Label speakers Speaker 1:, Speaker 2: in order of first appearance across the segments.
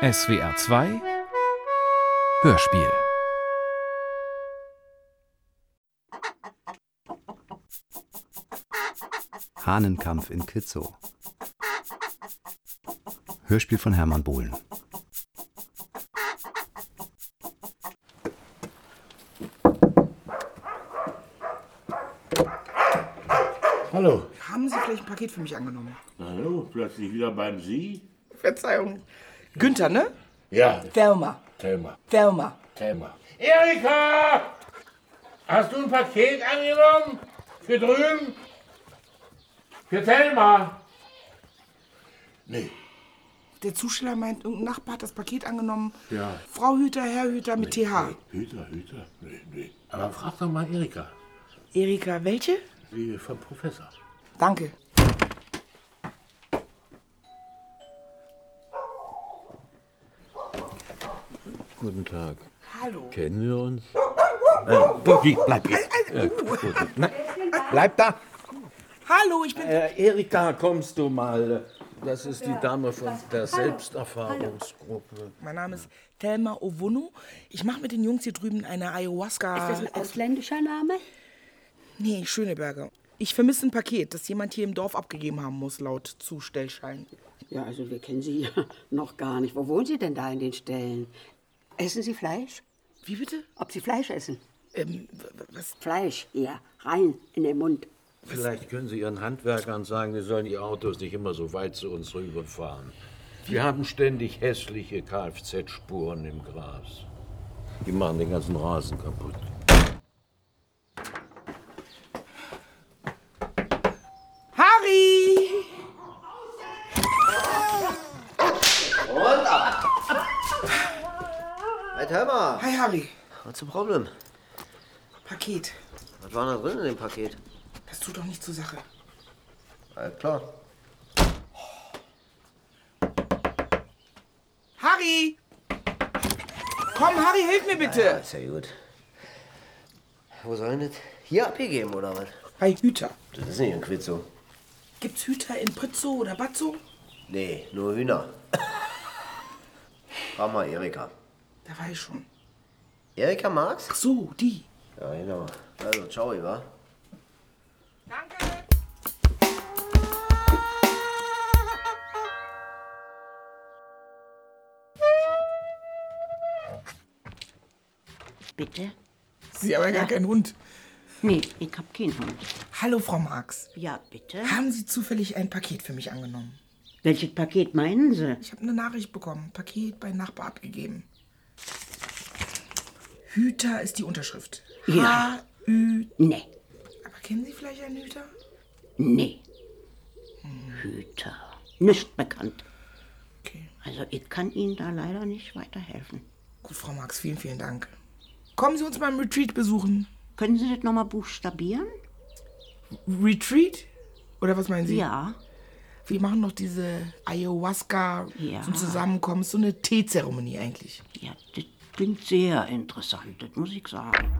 Speaker 1: SWR 2 Hörspiel
Speaker 2: Hahnenkampf in Kitzow. Hörspiel von Hermann Bohlen.
Speaker 3: Hallo.
Speaker 4: Haben Sie vielleicht ein Paket für mich angenommen?
Speaker 3: Hallo, plötzlich wieder beim Sie?
Speaker 4: Verzeihung. Günther, ne?
Speaker 3: Ja,
Speaker 4: Thelma.
Speaker 3: Thelma,
Speaker 4: Thelma.
Speaker 3: Thelma. Erika! Hast du ein Paket angenommen? Für drüben? Für Thelma? Nee.
Speaker 4: Der Zusteller meint, irgendein Nachbar hat das Paket angenommen.
Speaker 3: Ja.
Speaker 4: Frau Hüter, Herr Hüter mit TH.
Speaker 3: Hüter, Hüter? Nee, nee. Aber frag doch mal Erika,
Speaker 4: Erika, welche?
Speaker 3: die vom Professor.
Speaker 4: Danke.
Speaker 5: Guten Tag.
Speaker 4: Hallo.
Speaker 5: Kennen wir uns?
Speaker 6: Burki, Äh, bleib hier.
Speaker 5: Bleib da!
Speaker 4: Hallo, ich bin.
Speaker 6: Äh, Erika, kommst du mal. Das ist die Dame von der Selbsterfahrungsgruppe.
Speaker 4: Mein Name ist Thelma Owono. Ich mache mit den Jungs hier drüben eine Ayahuasca.
Speaker 7: Ist das ein ausländischer Name?
Speaker 4: nee, Schöneberger. Ich vermisse ein Paket, das jemand hier im Dorf abgegeben haben muss, laut Zustellschein.
Speaker 7: Ja, also wir kennen Sie ja noch gar nicht. Wo wohnen Sie denn da in den Ställen? Essen Sie Fleisch?
Speaker 4: Wie bitte?
Speaker 7: Ob Sie Fleisch essen?
Speaker 4: Ähm, w- w- was?
Speaker 7: Fleisch, ja, rein in den Mund.
Speaker 6: Vielleicht können Sie Ihren Handwerkern sagen, wir sollen die Autos nicht immer so weit zu uns rüberfahren. Wir haben ständig hässliche Kfz-Spuren im Gras. Die machen den ganzen Rasen kaputt.
Speaker 4: Harry!
Speaker 8: Hey, Thelma,
Speaker 4: Hi, Harry.
Speaker 8: was zum Problem?
Speaker 4: Paket.
Speaker 8: Was war da drin in dem Paket?
Speaker 4: Das tut doch nicht zur Sache.
Speaker 8: Alles klar.
Speaker 4: Harry! Komm, Harry, hilf mir bitte!
Speaker 8: Ist ja gut. Wo soll denn das? Hier abgegeben, oder was?
Speaker 4: Bei Hüter.
Speaker 8: Das ist nicht ein Quizzo.
Speaker 4: Gibt's Hüter in Pritzo oder Batzo?
Speaker 8: Nee, nur Hühner. Frag mal Erika.
Speaker 4: Da war ich schon.
Speaker 8: Erika Marx?
Speaker 4: Ach so, die.
Speaker 8: Ja, genau. Also, ciao, wa?
Speaker 7: Bitte?
Speaker 4: Sie haben ja gar keinen Hund.
Speaker 7: Nee, ich hab keinen Hund.
Speaker 4: Hallo, Frau Marx.
Speaker 7: Ja, bitte?
Speaker 4: Haben Sie zufällig ein Paket für mich angenommen?
Speaker 7: Welches Paket meinen Sie?
Speaker 4: Ich habe eine Nachricht bekommen. Paket bei Nachbar abgegeben. Hüter ist die Unterschrift.
Speaker 9: Ah,
Speaker 7: Ja.
Speaker 4: H-Ü.
Speaker 7: Nee,
Speaker 9: ne,
Speaker 4: Aber kennen Sie vielleicht einen Hüter?
Speaker 7: nee. Hüter. Nicht bekannt.
Speaker 4: Okay.
Speaker 7: Also ich kann Ihnen da leider nicht weiterhelfen.
Speaker 4: Gut, Frau Marx, vielen, vielen Dank. Kommen Sie uns beim Retreat besuchen.
Speaker 7: Können Sie das nochmal buchstabieren?
Speaker 4: Retreat? Oder was meinen Sie?
Speaker 7: Ja.
Speaker 4: Wir machen noch diese Ayahuasca,
Speaker 7: Ja.
Speaker 4: so ein Zusammenkommen, so eine Teezeremonie eigentlich.
Speaker 7: Ja, das klingt sehr interessant, das muss ich sagen.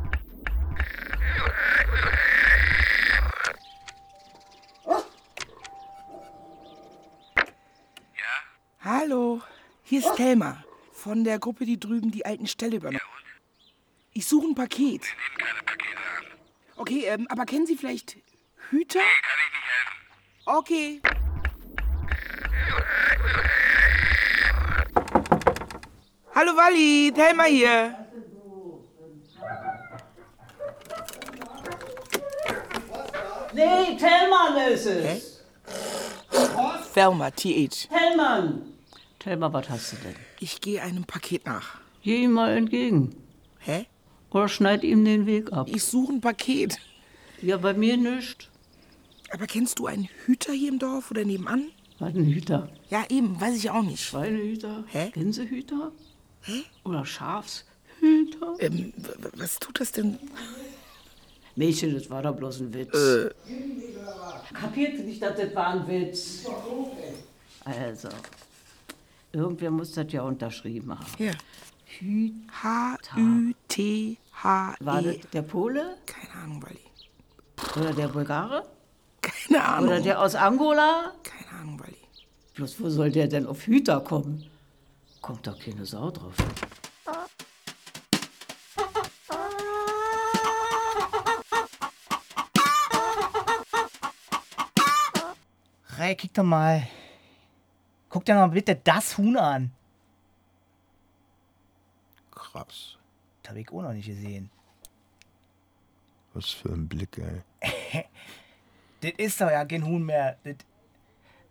Speaker 4: Hallo, hier ist Thelma von der Gruppe, die drüben die alten Ställe übernommen. Ich suche ein Paket. Wir nehmen keine Pakete an. Okay, ähm, aber kennen Sie vielleicht Hüter? Nee, kann ich nicht helfen. Okay. Hallo Walli, Thelma hier.
Speaker 10: Nee, Tellmann ist es.
Speaker 4: Thelma, TH.
Speaker 10: Tellmann. Tellmann, was hast du denn?
Speaker 4: Ich gehe einem Paket nach.
Speaker 10: Geh ihm mal entgegen.
Speaker 4: Hä?
Speaker 10: Oder schneid ihm den Weg ab.
Speaker 4: Ich suche ein Paket.
Speaker 10: Ja, bei mir nicht.
Speaker 4: Aber kennst du einen Hüter hier im Dorf oder nebenan?
Speaker 10: Was ein Hüter.
Speaker 4: Ja, eben, weiß ich auch nicht.
Speaker 10: Schweinehüter.
Speaker 4: Hä?
Speaker 10: Gänsehüter? Oder Schafshüter?
Speaker 4: Ähm, w- w- was tut das denn?
Speaker 10: Mädchen, das war doch bloß ein Witz. Kapiert nicht, dass das war ein Witz. Also, irgendwer muss das ja unterschrieben haben.
Speaker 4: Hier.
Speaker 10: Hü- War
Speaker 4: H-Ü-T-H-E.
Speaker 10: das der Pole
Speaker 4: Keine Ahnung, Wally.
Speaker 10: oder der Bulgare?
Speaker 4: Keine Ahnung.
Speaker 10: Oder der aus Angola?
Speaker 4: Keine Ahnung, Wally.
Speaker 10: Bloß wo soll der denn auf Hüter kommen? Kommt doch keine Sau drauf.
Speaker 9: Rei, kick doch mal. Guck dir mal bitte das Huhn an.
Speaker 11: Krass.
Speaker 9: Das habe ich auch noch nicht gesehen.
Speaker 11: Was für ein Blick, ey.
Speaker 9: Das ist doch ja kein Huhn mehr. Das,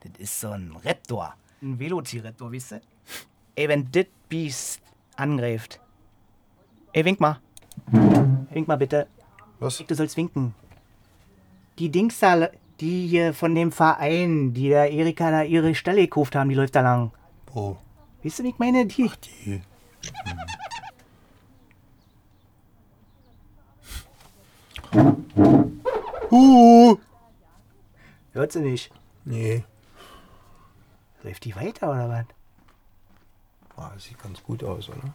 Speaker 9: das ist so ein Raptor. Ein Velociraptor, weißt du? Ey, wenn das Biest angreift. Ey, wink mal. Wink mal bitte.
Speaker 11: Was?
Speaker 9: Du sollst winken. Die Dings da, die hier von dem Verein, die der Erika da ihre Stelle gekauft haben, die läuft da lang.
Speaker 11: Wo?
Speaker 9: Weißt du, wie ich meine? Die. Ach,
Speaker 11: die.
Speaker 9: Uh. Hört sie nicht.
Speaker 11: Nee.
Speaker 9: Läuft die weiter oder was?
Speaker 11: Ah, sieht ganz gut aus, oder?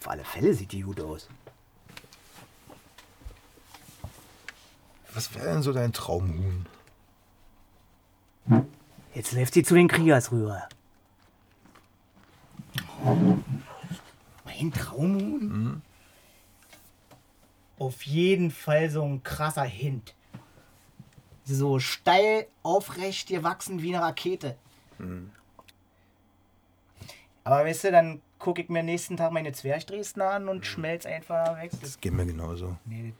Speaker 9: Auf alle Fälle sieht die gut aus.
Speaker 11: Was wäre denn so dein Traumhuhn?
Speaker 9: Jetzt läuft sie zu den Kriegers rüber. Mein Traumhuhn? Auf jeden Fall so ein krasser Hint. So steil, aufrecht gewachsen wie eine Rakete. Aber weißt du, dann gucke ich mir nächsten Tag meine Zwerchdresden an und schmelz einfach weg. Das
Speaker 11: Geht mir genauso.
Speaker 9: Nee,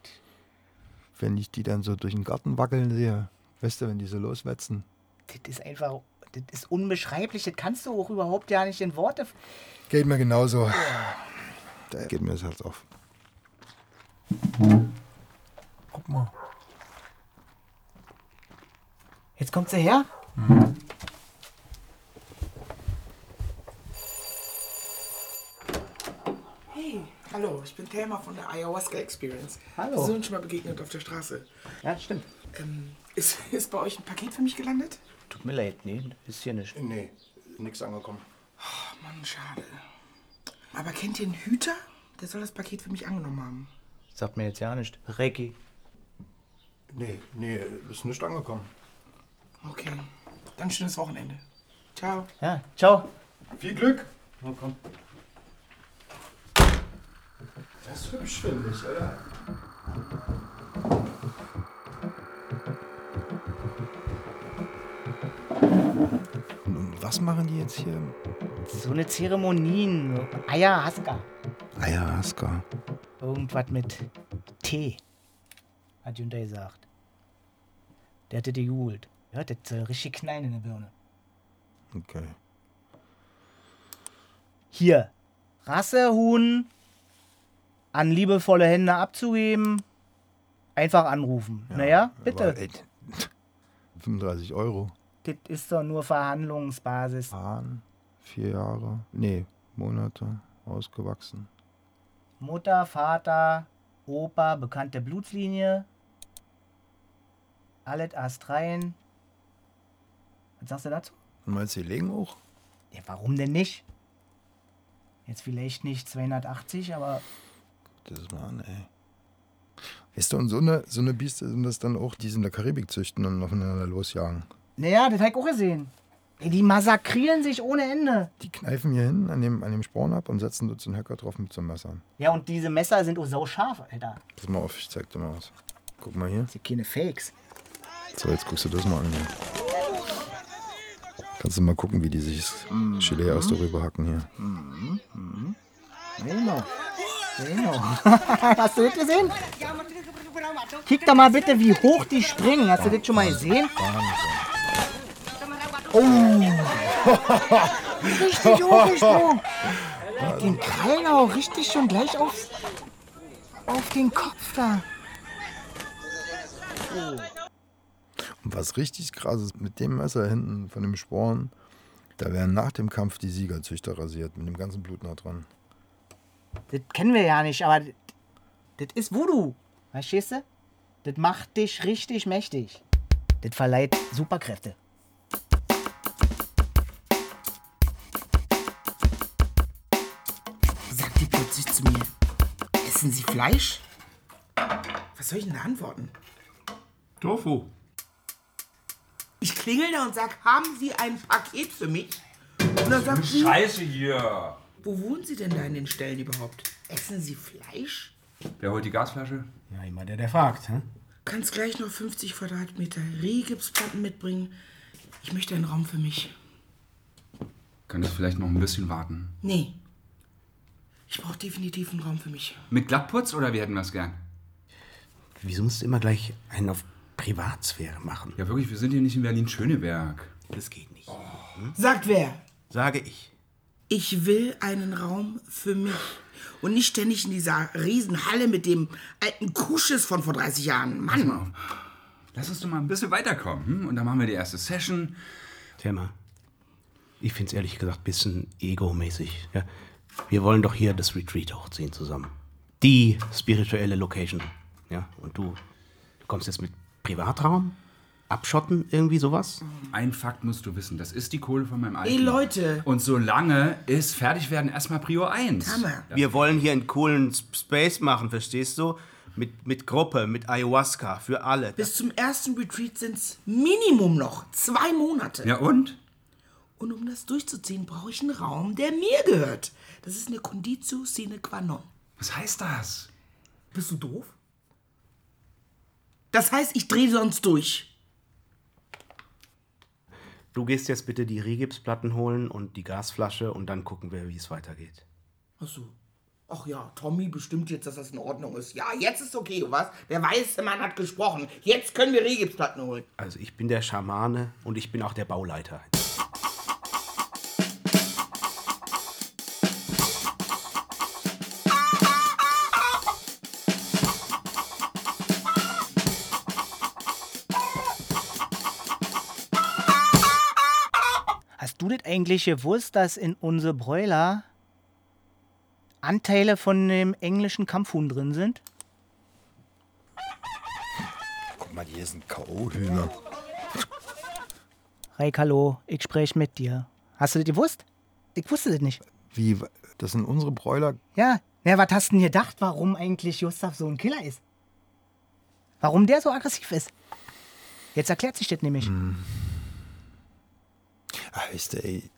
Speaker 11: Wenn ich die dann so durch den Garten wackeln sehe, weißt du, wenn die so loswetzen.
Speaker 9: das ist einfach, das ist unbeschreiblich. Das kannst du auch überhaupt ja nicht in Worte.
Speaker 11: Geht mir genauso. Da geht mir das Herz auf.
Speaker 9: Guck mal. Jetzt kommt sie her.
Speaker 4: Hey, hallo, ich bin Thelma von der Ayahuasca Experience.
Speaker 9: Hallo.
Speaker 4: Wir sind uns schon mal begegnet auf der Straße.
Speaker 9: Ja, stimmt.
Speaker 4: Ähm, ist, ist bei euch ein Paket für mich gelandet?
Speaker 9: Tut mir leid, nee, ist hier nicht.
Speaker 11: Nee, nix angekommen.
Speaker 4: Oh Mann, schade. Aber kennt ihr einen Hüter? Der soll das Paket für mich angenommen haben.
Speaker 9: Sagt mir jetzt ja nicht. Reiki.
Speaker 11: Nee, nee, ist nicht angekommen.
Speaker 4: Okay, dann schönes Wochenende. Ciao.
Speaker 9: Ja, ciao.
Speaker 11: Viel Glück!
Speaker 9: Willkommen.
Speaker 11: Das ist hübsch, finde ich, oder? Und, und was machen die jetzt hier?
Speaker 9: So eine Zeremonien. so Ayahuasca.
Speaker 11: Ayahuasca.
Speaker 9: Irgendwas mit Tee. Hat Junda gesagt. Der hatte die geholt. Ja, das soll richtig knallen in der Birne.
Speaker 11: Okay.
Speaker 9: Hier. Rassehuhn an liebevolle Hände abzugeben. Einfach anrufen. naja, bitte.
Speaker 11: Aber, ey, 35 Euro.
Speaker 9: Das ist doch nur Verhandlungsbasis.
Speaker 11: Hahn, vier Jahre. Nee, Monate. Ausgewachsen.
Speaker 9: Mutter, Vater, Opa, bekannte Blutslinie. Allet Astrein. Was sagst du dazu?
Speaker 11: Und meinst du, die legen auch?
Speaker 9: Ja, warum denn nicht? Jetzt vielleicht nicht 280, aber
Speaker 11: Das ist mal an, ey. Weißt du, und so eine, so eine Biester sind das dann auch, die sie in der Karibik züchten und aufeinander losjagen.
Speaker 9: naja, das habe ich auch gesehen. Ey, Die massakrieren sich ohne Ende.
Speaker 11: Die kneifen hier hin an dem, an dem Sporn ab und setzen dort so einen Höcker drauf mit so einem Messer.
Speaker 9: Ja, und diese Messer sind auch so scharf, Alter.
Speaker 11: Pass mal auf, ich zeig dir mal was. Guck mal hier.
Speaker 9: Das sind keine Fakes.
Speaker 11: So, jetzt guckst du das mal an. hier. Kannst du mal gucken, wie die sich das Gelee aus der Rübe hacken hier.
Speaker 9: Genau. Genau. Hast du das gesehen? Kick doch mal bitte, wie hoch die springen. Hast du das schon mal gesehen? Oh. richtig hochgesprungen. Mit den Krallen auch richtig schon gleich aufs, auf den Kopf da.
Speaker 11: Und was richtig krass ist, mit dem Messer hinten von dem Sporn, da werden nach dem Kampf die Siegerzüchter rasiert, mit dem ganzen Blut noch dran.
Speaker 9: Das kennen wir ja nicht, aber das ist Voodoo. Verstehst du? Das macht dich richtig mächtig. Das verleiht Superkräfte.
Speaker 4: Sagt die plötzlich zu mir. Essen Sie Fleisch? Was soll ich denn da antworten?
Speaker 12: Tofu.
Speaker 4: Ich klingel da und sag, haben Sie ein Paket für mich? Na, sag sie.
Speaker 1: Scheiße hier.
Speaker 4: Wo wohnen Sie denn da in den Stellen überhaupt? Essen Sie Fleisch?
Speaker 1: Wer holt die Gasflasche?
Speaker 13: Ja, immer der, der fragt. Hä?
Speaker 4: Kannst gleich noch 50 Quadratmeter Rehgipsplatten mitbringen. Ich möchte einen Raum für mich.
Speaker 1: Kann das vielleicht noch ein bisschen warten?
Speaker 4: Nee. Ich brauche definitiv einen Raum für mich.
Speaker 1: Mit Glattputz oder wir hätten das gern?
Speaker 13: Wieso musst du immer gleich einen auf Privatsphäre machen?
Speaker 1: Ja, wirklich, wir sind hier nicht in Berlin-Schöneberg. Oh.
Speaker 13: Das geht nicht. Hm?
Speaker 4: Sagt wer?
Speaker 13: Sage ich.
Speaker 4: Ich will einen Raum für mich. Und nicht ständig in dieser Riesenhalle mit dem alten Kusches von vor 30 Jahren.
Speaker 1: Pass mal
Speaker 4: Mann.
Speaker 1: auf. Lass uns doch mal ein bisschen weiterkommen. Hm? Und dann machen wir die erste Session.
Speaker 13: Thema. Ich finde es ehrlich gesagt ein bisschen egomäßig. Ja? Wir wollen doch hier das Retreat hochziehen zusammen. Die spirituelle Location. Ja? Und du, du kommst jetzt mit Privatraum? Abschotten? Irgendwie sowas?
Speaker 1: Ein Fakt musst du wissen, das ist die Kohle von meinem Alten.
Speaker 13: Ey, Leute.
Speaker 1: Und solange ist fertig werden erstmal Prior 1.
Speaker 13: Wir wollen hier einen coolen S- Space machen, verstehst du? Mit, mit Gruppe, mit Ayahuasca, für alle.
Speaker 4: Bis zum ersten Retreat sind es Minimum noch zwei Monate.
Speaker 1: Ja, und?
Speaker 4: Und um das durchzuziehen, brauche ich einen Raum, der mir gehört. Das ist eine Conditio sine qua non.
Speaker 1: Was heißt das?
Speaker 4: Bist du doof? Das heißt, ich drehe sonst durch.
Speaker 13: Du gehst jetzt bitte die Rigipsplatten holen und die Gasflasche und dann gucken wir, wie es weitergeht.
Speaker 4: Ach so. Ach ja, Tommy bestimmt jetzt, dass das in Ordnung ist. Ja, jetzt ist okay, was? Der weiße Mann hat gesprochen. Jetzt können wir Rehgipsplatten holen.
Speaker 13: Also ich bin der Schamane und ich bin auch der Bauleiter.
Speaker 9: Hast du das eigentlich gewusst, dass in unsere Broiler Anteile von dem englischen Kampfhuhn drin sind?
Speaker 11: Guck mal, hier sind K.O.-Hühner.
Speaker 9: Reik, hallo, ich spreche mit dir. Hast du das gewusst? Ich wusste das nicht.
Speaker 11: Wie, wa- das sind unsere Bräuler?
Speaker 9: Ja, na, was hast du denn gedacht, warum eigentlich Gustav so ein Killer ist? Warum der so aggressiv ist? Jetzt erklärt sich das nämlich.
Speaker 11: Ah, weißt du, ey.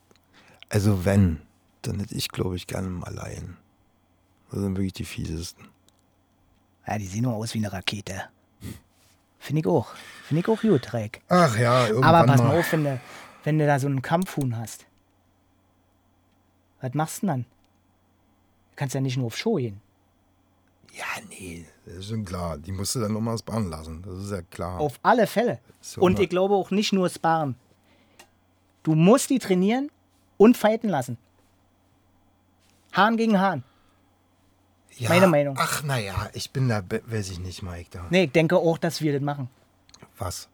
Speaker 11: Also wenn, dann hätte ich, glaube ich, gerne mal Laien. Das sind wirklich die fiesesten.
Speaker 9: Ja, die sehen nur aus wie eine Rakete. Finde ich auch. Finde ich auch gut, Reik.
Speaker 11: Ach ja, irgendwann
Speaker 9: Aber pass mal
Speaker 11: mal.
Speaker 9: auf, wenn du, wenn du da so einen Kampfhuhn hast. Was machst du denn dann? Du kannst ja nicht nur auf Show gehen.
Speaker 11: Ja, nee. Das ist schon klar. Die musst du dann nochmal sparen lassen. Das ist ja klar.
Speaker 9: Auf alle Fälle.
Speaker 11: So,
Speaker 9: und
Speaker 11: ne?
Speaker 9: ich glaube auch nicht nur sparen. Du musst die trainieren und fighten lassen. Hahn gegen Hahn.
Speaker 11: ja,
Speaker 9: meine Meinung.
Speaker 11: Ach, naja, ich bin da, be- weiß ich nicht, Mike, da.
Speaker 9: Nee, ich denke auch, dass wir das machen.
Speaker 11: Was?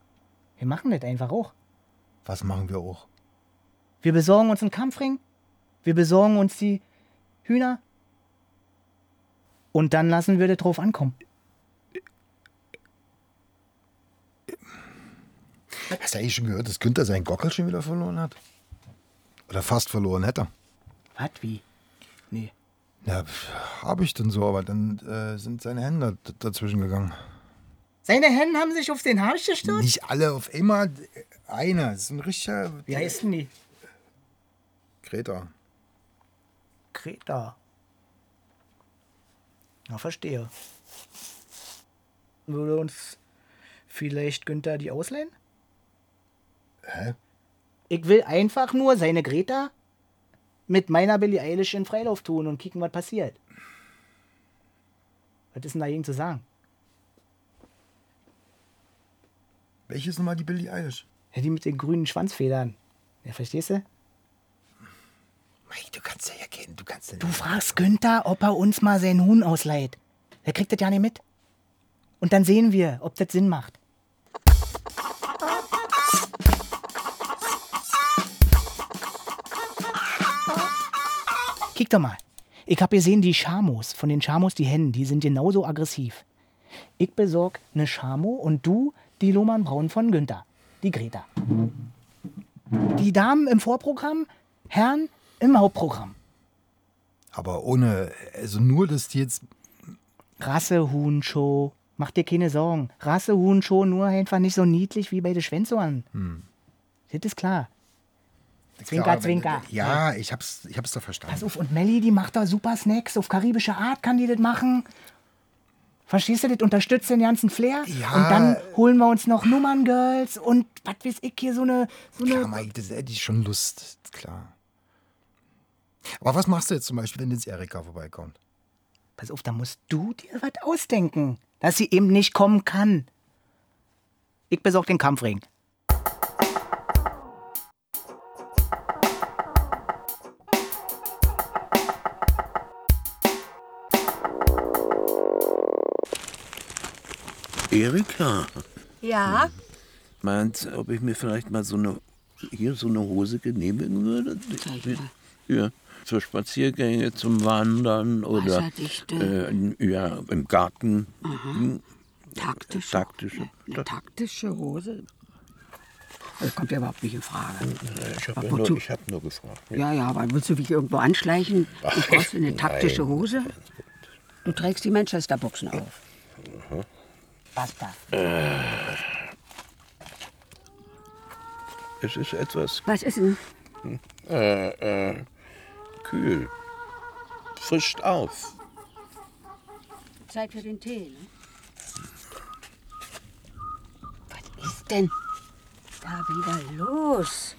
Speaker 9: Wir machen das einfach auch.
Speaker 11: Was machen wir auch?
Speaker 9: Wir besorgen uns einen Kampfring. Wir besorgen uns die Hühner. Und dann lassen wir das drauf ankommen.
Speaker 11: Hast du eigentlich schon gehört, dass Günther seinen Gockel schon wieder verloren hat? Oder fast verloren hätte.
Speaker 9: Was, wie? Nee.
Speaker 11: Na, habe ich denn so, aber dann äh, sind seine Hände d- dazwischen gegangen.
Speaker 9: Seine Hände haben sich auf den Arsch gestürzt?
Speaker 11: Nicht alle auf immer äh, einer. Das ist ein richtiger.
Speaker 9: Wie heißt denn die?
Speaker 11: Greta.
Speaker 9: Kreta. Na, verstehe. Würde uns vielleicht Günther die ausleihen?
Speaker 11: Hä?
Speaker 9: Ich will einfach nur seine Greta mit meiner Billie Eilish in Freilauf tun und kicken, was passiert. Was ist denn dagegen zu sagen?
Speaker 11: Welche ist nochmal die Billie Eilish?
Speaker 9: Ja, die mit den grünen Schwanzfedern. Ja, verstehst du?
Speaker 11: Mike, du kannst ja erkennen, du kannst ja
Speaker 9: Du fragst Günther, ob er uns mal sein Huhn ausleiht. Er kriegt das ja nicht mit. Und dann sehen wir, ob das Sinn macht. Kick doch mal. Ich habe gesehen, die Schamos, von den Schamos die Hennen, die sind genauso aggressiv. Ich besorg eine Schamo und du die Lohmann-Braun von Günther, die Greta. Die Damen im Vorprogramm, Herren im Hauptprogramm.
Speaker 11: Aber ohne, also nur, dass die jetzt.
Speaker 9: Rassehuhn-Show. Mach dir keine Sorgen.
Speaker 14: Hm.
Speaker 9: Rassehuhn-Show nur einfach nicht so niedlich wie bei den Schwänzern.
Speaker 11: Hm.
Speaker 9: Das ist klar. Zwinker,
Speaker 14: aber wenn-
Speaker 9: Zwinker.
Speaker 14: Ja, ich hab's, ich hab's doch verstanden.
Speaker 9: Pass auf, und Melli, die macht da super Snacks. Auf karibische Art kann die das machen. Verstehst du, das unterstützt den ganzen Flair.
Speaker 14: Ja.
Speaker 9: Und dann holen wir uns noch Nummerngirls und was weiß ich hier, so eine. So
Speaker 14: Klar,
Speaker 9: eine
Speaker 14: Mike, das hätte ich schon Lust, klar. Aber was machst du jetzt zum Beispiel, wenn jetzt Erika vorbeikommt?
Speaker 9: Pass auf, da musst du dir was ausdenken, dass sie eben nicht kommen kann. Ich besorge den Kampfring.
Speaker 6: Erika,
Speaker 15: Ja,
Speaker 6: meinst ob ich mir vielleicht mal so eine, hier so eine Hose genehmigen würde? Ja, für Spaziergänge, zum Wandern oder
Speaker 7: Wasserdichte.
Speaker 6: äh, ja, im Garten.
Speaker 7: Aha.
Speaker 6: Hm,
Speaker 7: Taktische.
Speaker 6: Taktische.
Speaker 7: Eine Hm, taktische Hose? Das kommt ja überhaupt nicht in Frage.
Speaker 6: Hm, Ich habe
Speaker 7: Aber
Speaker 6: ja
Speaker 7: wozu?
Speaker 6: nur, ich hab nur gefragt.
Speaker 7: Ja, ja, aber willst du dich irgendwo anschleichen? Du
Speaker 6: Ach,
Speaker 7: brauchst eine
Speaker 6: nein.
Speaker 7: taktische Hose? Du trägst die Manchester-Buchsen auf.
Speaker 9: Basta.
Speaker 6: Äh, es ist etwas hm?
Speaker 7: Was ist denn?
Speaker 6: äh, äh, kühl. Frischt auf.
Speaker 7: Zeit für den Tee, ne? Was ist denn da wieder los?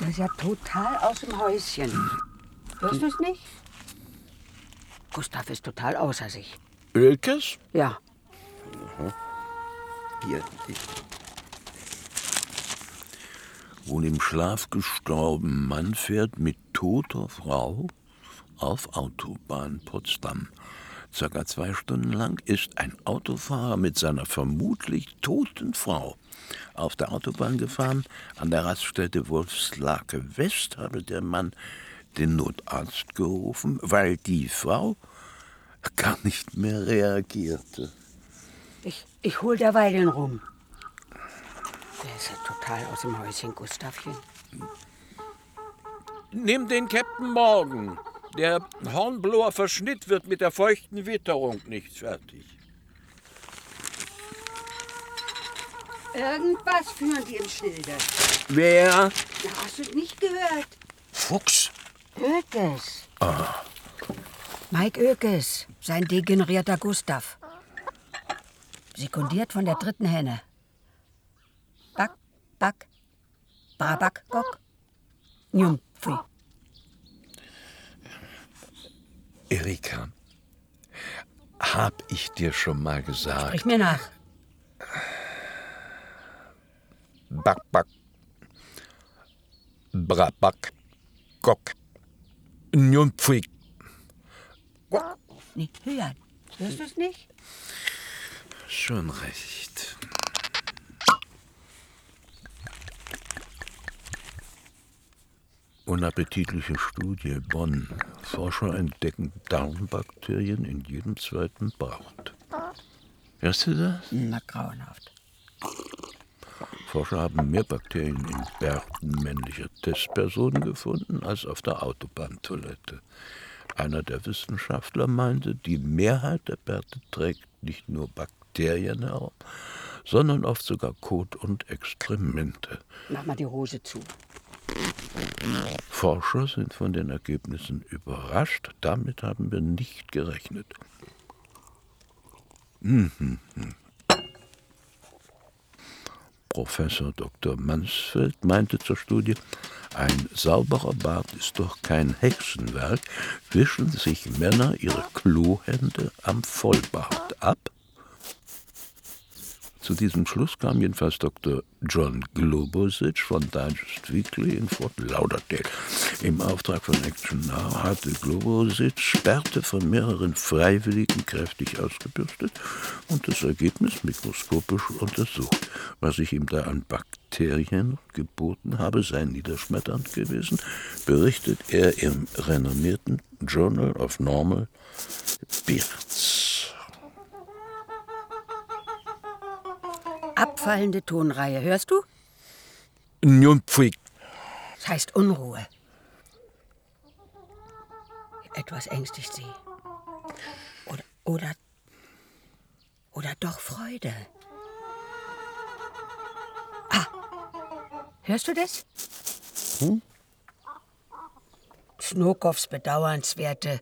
Speaker 7: Das ist ja total aus dem Häuschen. Hörst du es nicht? Gustav ist total außer sich.
Speaker 6: Ölkes?
Speaker 7: Ja.
Speaker 6: Aha. Hier. Ich. Wohl im Schlaf gestorben Mann fährt mit toter Frau auf Autobahn Potsdam. Circa zwei Stunden lang ist ein Autofahrer mit seiner vermutlich toten Frau auf der Autobahn gefahren. An der Raststätte Wolfslake West habe der Mann den Notarzt gerufen, weil die Frau gar nicht mehr reagierte.
Speaker 7: Ich, ich hol derweil den rum. Der ist ja total aus dem Häuschen, Gustavchen.
Speaker 16: Nimm den Captain Morgan. Der Hornblower Verschnitt wird mit der feuchten Witterung nicht fertig.
Speaker 7: Irgendwas führen die im Schilde.
Speaker 6: Wer?
Speaker 7: Ja, hast du es nicht gehört?
Speaker 6: Fuchs?
Speaker 7: Ökes.
Speaker 6: Ah.
Speaker 7: Mike Ökes, sein degenerierter Gustav. Sekundiert von der dritten Henne. Back, back, Brabak, gock. Njum, pfui.
Speaker 6: Erika, hab ich dir schon mal gesagt,
Speaker 7: Sprich mir nach.
Speaker 6: Back, Back, Brabak, Gok, Njunpfui.
Speaker 7: Nee, hören. Hörst du es nicht?
Speaker 6: Schon recht. Unappetitliche Studie Bonn. Forscher entdecken Darmbakterien in jedem zweiten Braut. Hörst du das?
Speaker 7: Na, grauenhaft.
Speaker 6: Forscher haben mehr Bakterien in Bärten männlicher Testpersonen gefunden als auf der Autobahntoilette. Einer der Wissenschaftler meinte, die Mehrheit der Bärte trägt nicht nur Bakterien herum, sondern oft sogar Kot und Exkremente.
Speaker 7: Mach mal die Hose zu.
Speaker 6: Forscher sind von den Ergebnissen überrascht. Damit haben wir nicht gerechnet. Hm, hm, hm. Professor Dr. Mansfeld meinte zur Studie, ein sauberer Bart ist doch kein Hexenwerk. Wischen sich Männer ihre Klohände am Vollbart ab? Zu diesem Schluss kam jedenfalls Dr. John Globositsch von Digest Weekly in Fort Lauderdale. Im Auftrag von Action Now hatte Globositsch Bärte von mehreren Freiwilligen kräftig ausgebürstet und das Ergebnis mikroskopisch untersucht. Was ich ihm da an Bakterien geboten habe, sei niederschmetternd gewesen, berichtet er im renommierten Journal of Normal Beards.
Speaker 7: Abfallende Tonreihe, hörst du?
Speaker 6: Njunpfui.
Speaker 7: Das heißt Unruhe. Etwas ängstigt sie. Oder, oder, oder doch Freude. Ah, hörst du das? Hm? Schnokows bedauernswerte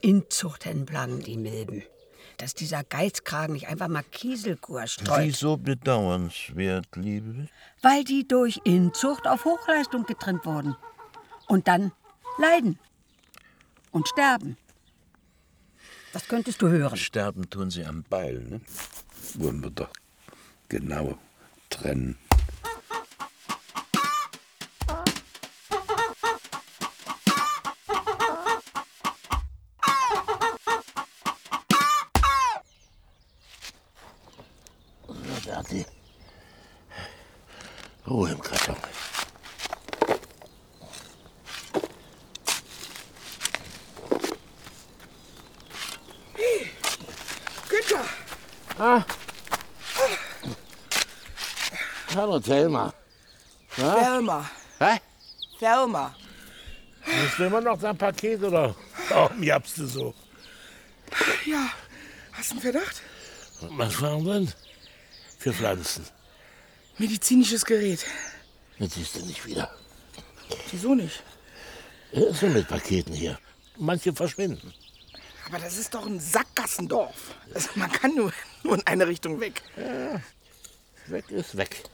Speaker 7: Inzucht entlang die Milben. Dass dieser Geizkragen nicht einfach mal Kieselkur streut.
Speaker 3: Wieso bedauernswert, Liebe?
Speaker 7: Weil die durch Inzucht auf Hochleistung getrimmt wurden. Und dann leiden. Und sterben. Das könntest du hören.
Speaker 3: Sterben tun sie am Beil, ne? Wollen wir doch genau trennen. Berti. Ruhe im Karton.
Speaker 4: Günther!
Speaker 6: Ah. Hallo, Thelma. Na?
Speaker 4: Thelma.
Speaker 6: Hä?
Speaker 4: Thelma.
Speaker 6: Ist immer noch dein Paket oder warum japst du so?
Speaker 4: Ja, hast du einen Verdacht?
Speaker 3: Was waren denn für Pflanzen?
Speaker 4: Medizinisches Gerät.
Speaker 3: Das siehst du nicht wieder.
Speaker 4: Wieso nicht?
Speaker 3: Ist so mit Paketen hier. Manche verschwinden.
Speaker 4: Aber das ist doch ein Sackgassendorf. Also man kann nur, nur in eine Richtung weg.
Speaker 3: Weg ist weg.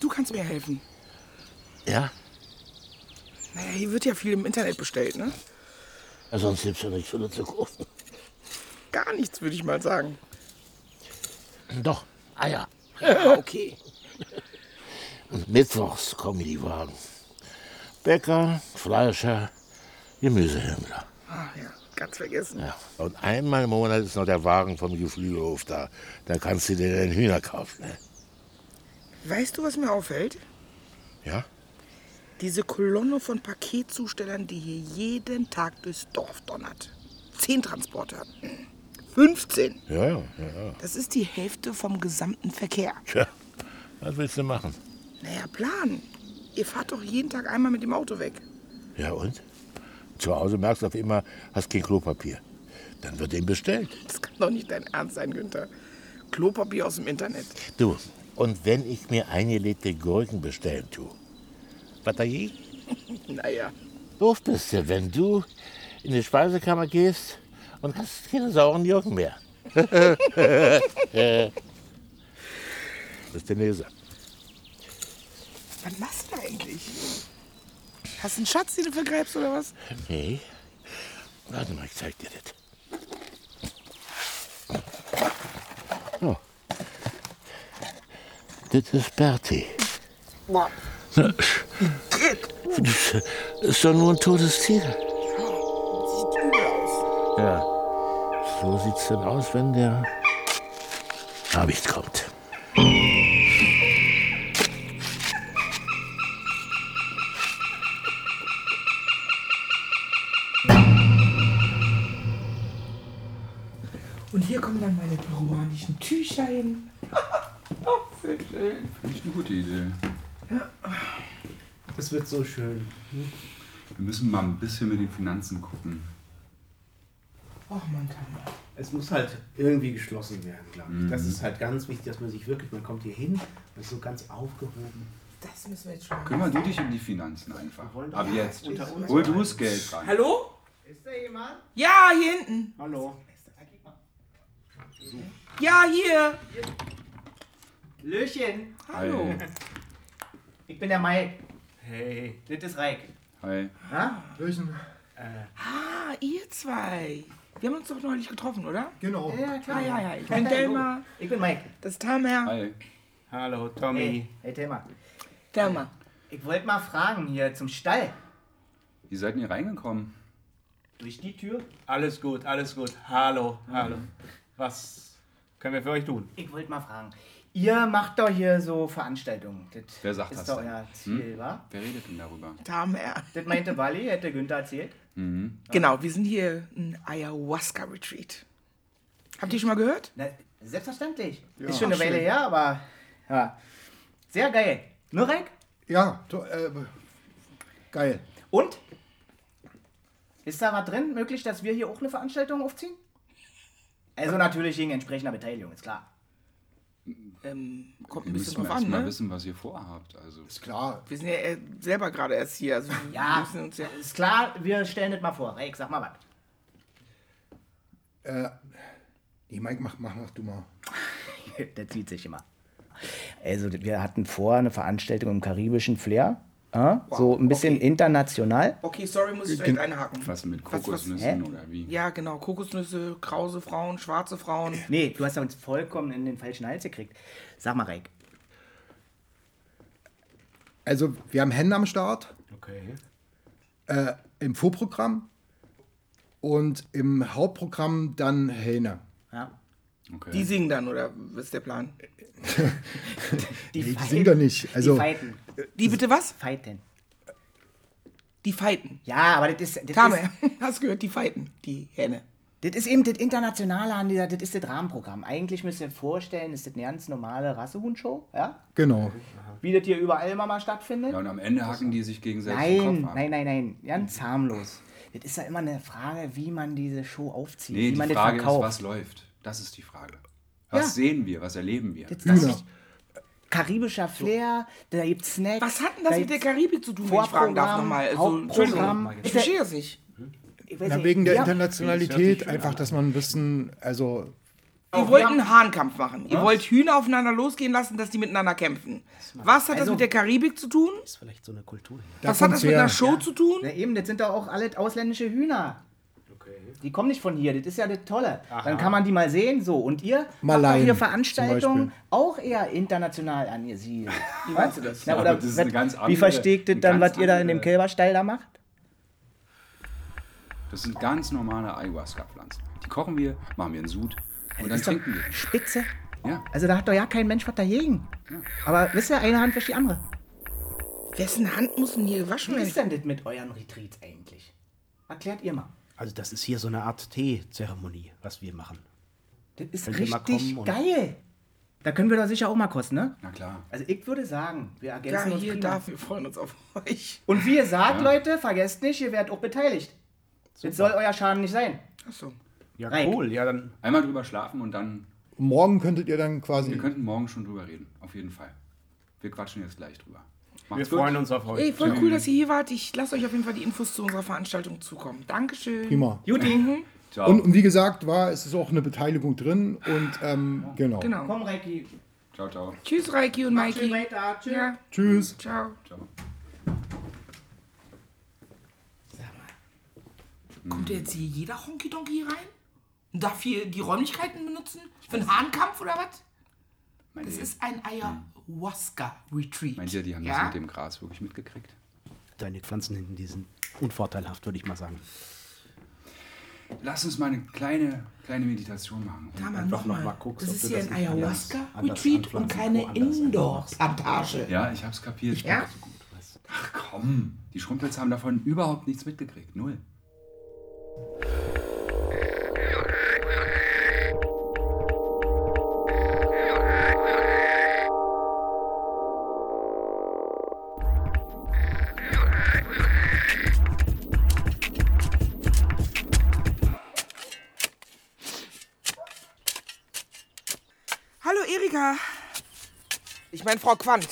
Speaker 4: Du kannst mir helfen.
Speaker 3: Ja?
Speaker 4: Naja, hier wird ja viel im Internet bestellt, ne?
Speaker 3: Also Sonst gibt's ja nichts für die Zukunft.
Speaker 4: Gar nichts, würde ich mal sagen.
Speaker 3: Doch, Eier.
Speaker 4: Ja, okay.
Speaker 3: Und mittwochs kommen die Wagen. Bäcker, Fleischer, Gemüsehändler.
Speaker 4: Ah, ja, ganz vergessen.
Speaker 3: Ja. Und einmal im Monat ist noch der Wagen vom Geflügelhof da. Da kannst du dir deinen Hühner kaufen. Ne?
Speaker 4: Weißt du, was mir auffällt?
Speaker 3: Ja?
Speaker 4: Diese Kolonne von Paketzustellern, die hier jeden Tag durchs Dorf donnert. Zehn Transporter. 15.
Speaker 3: Ja, ja, ja.
Speaker 4: Das ist die Hälfte vom gesamten Verkehr.
Speaker 3: Tja, was willst du machen?
Speaker 4: Naja, Plan. Ihr fahrt doch jeden Tag einmal mit dem Auto weg.
Speaker 3: Ja und? Zu Hause merkst du auf immer, hast kein Klopapier. Dann wird eben bestellt.
Speaker 4: Das kann doch nicht dein Ernst sein, Günther. Klopapier aus dem Internet.
Speaker 3: Du, und wenn ich mir eingelegte Gurken bestellen tue, was da je?
Speaker 4: naja.
Speaker 3: Doof bist du, wenn du in die Speisekammer gehst und hast keine sauren Gurken mehr. das ist der Leser.
Speaker 4: Was machst du eigentlich? Hast du einen Schatz, den du vergräbst oder was?
Speaker 3: Nee. Warte mal, ich zeig dir das. So. Das ist Berti. Na, Das ist doch nur ein totes Tier. Ja. So sieht's denn aus, wenn der Habicht kommt.
Speaker 4: Und hier kommen dann meine peruanischen Tücher hin. oh, schön, schön.
Speaker 1: Finde ich eine gute Idee.
Speaker 9: Das wird so schön.
Speaker 1: Wir müssen mal ein bisschen mit den Finanzen gucken.
Speaker 4: Ach, man kann.
Speaker 5: Es muss halt irgendwie geschlossen werden, glaube ich.
Speaker 1: Mhm.
Speaker 5: Das ist halt ganz wichtig, dass man sich wirklich, man kommt hier hin, man ist so ganz aufgehoben.
Speaker 4: Das müssen wir jetzt schon.
Speaker 1: Kümmer du dich um die Finanzen einfach.
Speaker 5: wollen doch
Speaker 1: Ab
Speaker 5: nicht
Speaker 1: jetzt.
Speaker 5: unter uns
Speaker 1: Hol
Speaker 5: sein.
Speaker 1: du das Geld rein.
Speaker 4: Hallo?
Speaker 5: Ist da jemand?
Speaker 4: Ja, hier hinten.
Speaker 5: Hallo.
Speaker 4: Ja, hier.
Speaker 9: Löchen.
Speaker 1: Hallo.
Speaker 9: Ich bin der Mike. Hey. Das ist Reik.
Speaker 1: Hi.
Speaker 9: Na? Löchen. Äh,
Speaker 4: Ah, ihr zwei. Wir haben uns doch neulich getroffen, oder?
Speaker 9: genau. Ja,
Speaker 4: Ah, ja, ja. Ich bin Delma.
Speaker 9: Ich bin Mike.
Speaker 4: Das ist Tamer.
Speaker 1: Hi.
Speaker 9: Hallo, Tommy. Hey, hey Thema.
Speaker 4: Delma.
Speaker 9: Ich wollte mal fragen hier zum Stall.
Speaker 1: Wie seid ihr reingekommen?
Speaker 9: Durch die Tür?
Speaker 17: Alles gut, alles gut. Hallo, hallo.
Speaker 13: Mhm.
Speaker 17: Was können wir für euch tun?
Speaker 9: Ich wollte mal fragen. Ihr macht doch hier so Veranstaltungen. Das
Speaker 1: Wer sagt
Speaker 9: ist
Speaker 1: das
Speaker 9: doch
Speaker 1: denn?
Speaker 9: euer Ziel,
Speaker 1: Hm?
Speaker 9: wa?
Speaker 1: Wer redet denn darüber?
Speaker 4: Tamer.
Speaker 9: Das meinte Wally, hätte Günther erzählt.
Speaker 1: Mhm.
Speaker 4: Genau, wir sind hier ein Ayahuasca-Retreat. Habt ihr schon mal gehört?
Speaker 9: Na, selbstverständlich.
Speaker 4: Ja.
Speaker 9: Ist schon
Speaker 4: Ach,
Speaker 9: eine Weile
Speaker 4: schön.
Speaker 9: her, aber ja. sehr geil. Ne, Reik?
Speaker 11: Ja, to- äh, geil.
Speaker 9: Und? Ist da was drin? Möglich, dass wir hier auch eine Veranstaltung aufziehen? Also natürlich wegen entsprechender Beteiligung, ist klar.
Speaker 4: Ähm, kommt
Speaker 1: Wir
Speaker 4: ein bisschen
Speaker 1: müssen
Speaker 4: drauf
Speaker 1: erst
Speaker 4: an,
Speaker 1: mal
Speaker 4: ne?
Speaker 1: wissen, was ihr vorhabt. Also. Ist
Speaker 14: klar.
Speaker 4: Wir sind ja äh, selber gerade erst hier. Also wir
Speaker 9: Ja,
Speaker 4: müssen uns ja
Speaker 9: Ist klar, wir stellen das mal vor. Reik, sag mal was.
Speaker 14: Äh, nee, Mike, mach, mach, mach du mal.
Speaker 9: Der zieht sich immer. Also wir hatten vor eine Veranstaltung im karibischen Flair. Ja? so ein bisschen international.
Speaker 4: Okay, sorry, muss ich
Speaker 9: Ge-
Speaker 4: direkt einhaken.
Speaker 1: Was mit
Speaker 9: Kokosnüssen Hä? oder
Speaker 1: wie?
Speaker 4: Ja, genau. Kokosnüsse, krause Frauen, schwarze Frauen.
Speaker 9: Nee, du hast ja uns vollkommen in den falschen Hals gekriegt. Sag mal, Reik.
Speaker 14: Also, wir haben Hände am Start
Speaker 13: Okay.
Speaker 14: äh, im Vorprogramm und im Hauptprogramm dann Helene.
Speaker 9: Ja.
Speaker 4: Die singen dann, oder was ist der Plan?
Speaker 14: Die Nee, die singen doch nicht. Also,
Speaker 4: Die bitte was?
Speaker 9: Feiten.
Speaker 4: Die Feiten.
Speaker 9: Ja, aber das ist. Das
Speaker 4: Tame, hast gehört, die Feiten, die Hähne.
Speaker 9: Das ist eben das Internationale an dieser, das ist das Rahmenprogramm. Eigentlich müsst ihr euch vorstellen, ist das eine ganz normale Rassehuhn-Show, ja?
Speaker 14: Genau.
Speaker 9: Wie das hier überall immer mal stattfindet.
Speaker 1: Ja, und am Ende hacken die sich gegenseitig den
Speaker 9: Nein,
Speaker 1: Kopf ab.
Speaker 9: nein, nein, nein, ganz harmlos. Das ist ja immer eine Frage, wie man diese Show aufzieht,
Speaker 1: Nee,
Speaker 9: wie
Speaker 1: die
Speaker 9: man
Speaker 1: Frage
Speaker 9: das
Speaker 1: ist,
Speaker 9: verkauft.
Speaker 1: was läuft. Das ist die Frage. Was sehen wir? Was erleben wir?
Speaker 9: Das ist das Karibischer Flair, da gibt es Snacks.
Speaker 4: Was hat denn das mit der Karibik zu tun, wenn ich fragen darf nochmal? Also, Entschuldigung,
Speaker 9: Hauptprogramm.
Speaker 4: ich verstehe es nicht. Ich weiß
Speaker 14: Na,
Speaker 4: nicht,
Speaker 14: wegen der
Speaker 4: ja.
Speaker 14: Internationalität, einfach, dass man ein bisschen, also.
Speaker 4: Ihr wollt einen Hahnkampf machen. Ihr wollt Hühner aufeinander losgehen lassen, dass die miteinander kämpfen. Was hat das
Speaker 9: Also-
Speaker 4: mit der Karibik zu tun?
Speaker 13: Ist vielleicht so eine Kultur hier.
Speaker 4: Was hat das mit einer Show zu tun?
Speaker 9: Na eben, das sind doch auch alle ausländische Hühner. Die kommen nicht von hier, das ist ja das Tolle. Dann kann man die mal sehen, so. Und ihr habt
Speaker 14: Malaien
Speaker 9: auch ihre
Speaker 14: zum
Speaker 9: Veranstaltungen auch eher international angesiedelt.
Speaker 4: Wie meinst du das?
Speaker 9: Na,
Speaker 4: Ja,
Speaker 9: oder
Speaker 4: aber das ist eine
Speaker 9: was-
Speaker 4: ganz
Speaker 9: wie
Speaker 1: andere-
Speaker 9: versteckt das
Speaker 1: eine
Speaker 9: dann,
Speaker 1: ganz
Speaker 9: was ihr da in dem
Speaker 1: andere-
Speaker 9: Kälberstall da macht?
Speaker 1: Das sind ganz normale Ayahuasca-Pflanzen. Die kochen wir, machen wir einen Sud und dann
Speaker 9: ist doch
Speaker 1: trinken wir.
Speaker 9: Spitze.
Speaker 1: Ja.
Speaker 9: Also da hat doch ja kein Mensch was dagegen. Aber wisst ihr, eine Hand wäscht die andere.
Speaker 4: Wessen Hand muss denn hier gewaschen
Speaker 9: Wie
Speaker 4: werden?
Speaker 9: ist denn das mit euren Retreats eigentlich? Erklärt ihr mal.
Speaker 13: Also das ist hier so eine Art Teezeremonie, was wir machen.
Speaker 9: Das ist
Speaker 13: Könnt ihr mal
Speaker 9: richtig
Speaker 13: kommen und-
Speaker 9: geil. Da können wir doch sicher auch mal kosten, ne?
Speaker 1: Na klar.
Speaker 9: Also ich würde sagen, wir
Speaker 4: Ja,
Speaker 9: ergänzen uns
Speaker 4: hier
Speaker 9: prima.
Speaker 4: darf, wir freuen uns auf euch.
Speaker 9: Und wie ihr sagt,
Speaker 4: Ja.
Speaker 9: Leute, vergesst nicht, ihr werdet auch beteiligt. Jetzt soll euer Schaden nicht sein.
Speaker 4: Achso.
Speaker 13: Ja,
Speaker 9: Reik.
Speaker 13: cool. Ja, dann
Speaker 1: Einmal drüber schlafen und dann.
Speaker 14: Morgen könntet ihr dann quasi.
Speaker 1: Wir könnten morgen schon drüber reden. Auf jeden Fall. Wir quatschen jetzt gleich drüber.
Speaker 13: Wir freuen uns auf
Speaker 4: Ey, voll cool, dass ihr hier wart. Ich lasse euch auf jeden Fall die Infos zu unserer Veranstaltung zukommen. Dankeschön.
Speaker 14: Prima.
Speaker 9: Juti.
Speaker 4: Mhm.
Speaker 1: Ciao.
Speaker 14: Und, und wie gesagt, war, es ist auch eine Beteiligung drin und ähm, genau.
Speaker 4: Genau.
Speaker 9: Komm, Reiki.
Speaker 1: Ciao, ciao.
Speaker 4: Tschüss, Reiki und Maiki. Tschüss,
Speaker 9: weiter. Tschüss.
Speaker 4: Ja.
Speaker 14: Tschüss.
Speaker 4: Ciao. Kommt jetzt hier jeder Honky Donkey hier rein? Und darf hier die Räumlichkeiten benutzen? Für einen Hahnkampf oder was? Das ist ein Ayahuasca-Retreat.
Speaker 1: Meint ihr, die haben
Speaker 4: Ja?
Speaker 1: das mit dem Gras wirklich mitgekriegt?
Speaker 13: Deine Pflanzen hinten, die sind unvorteilhaft, würde ich mal sagen.
Speaker 1: Lass uns mal eine kleine, kleine Meditation machen.
Speaker 4: Da mal noch mal.
Speaker 1: guckst,
Speaker 4: Das
Speaker 1: ob
Speaker 4: ist
Speaker 1: du
Speaker 4: hier ein
Speaker 1: nicht anders- anders
Speaker 4: Ayahuasca-Retreat und
Speaker 1: anpflanzen,
Speaker 4: keine
Speaker 1: woanders
Speaker 4: Indoor-Plantage.
Speaker 1: Ja, ich hab's kapiert. Ich bin
Speaker 4: Ja?
Speaker 1: doch so gut. Ach komm, die Schrumpels haben davon überhaupt nichts mitgekriegt. Null.
Speaker 4: Hallo Erika. Ich meine Frau Quandt.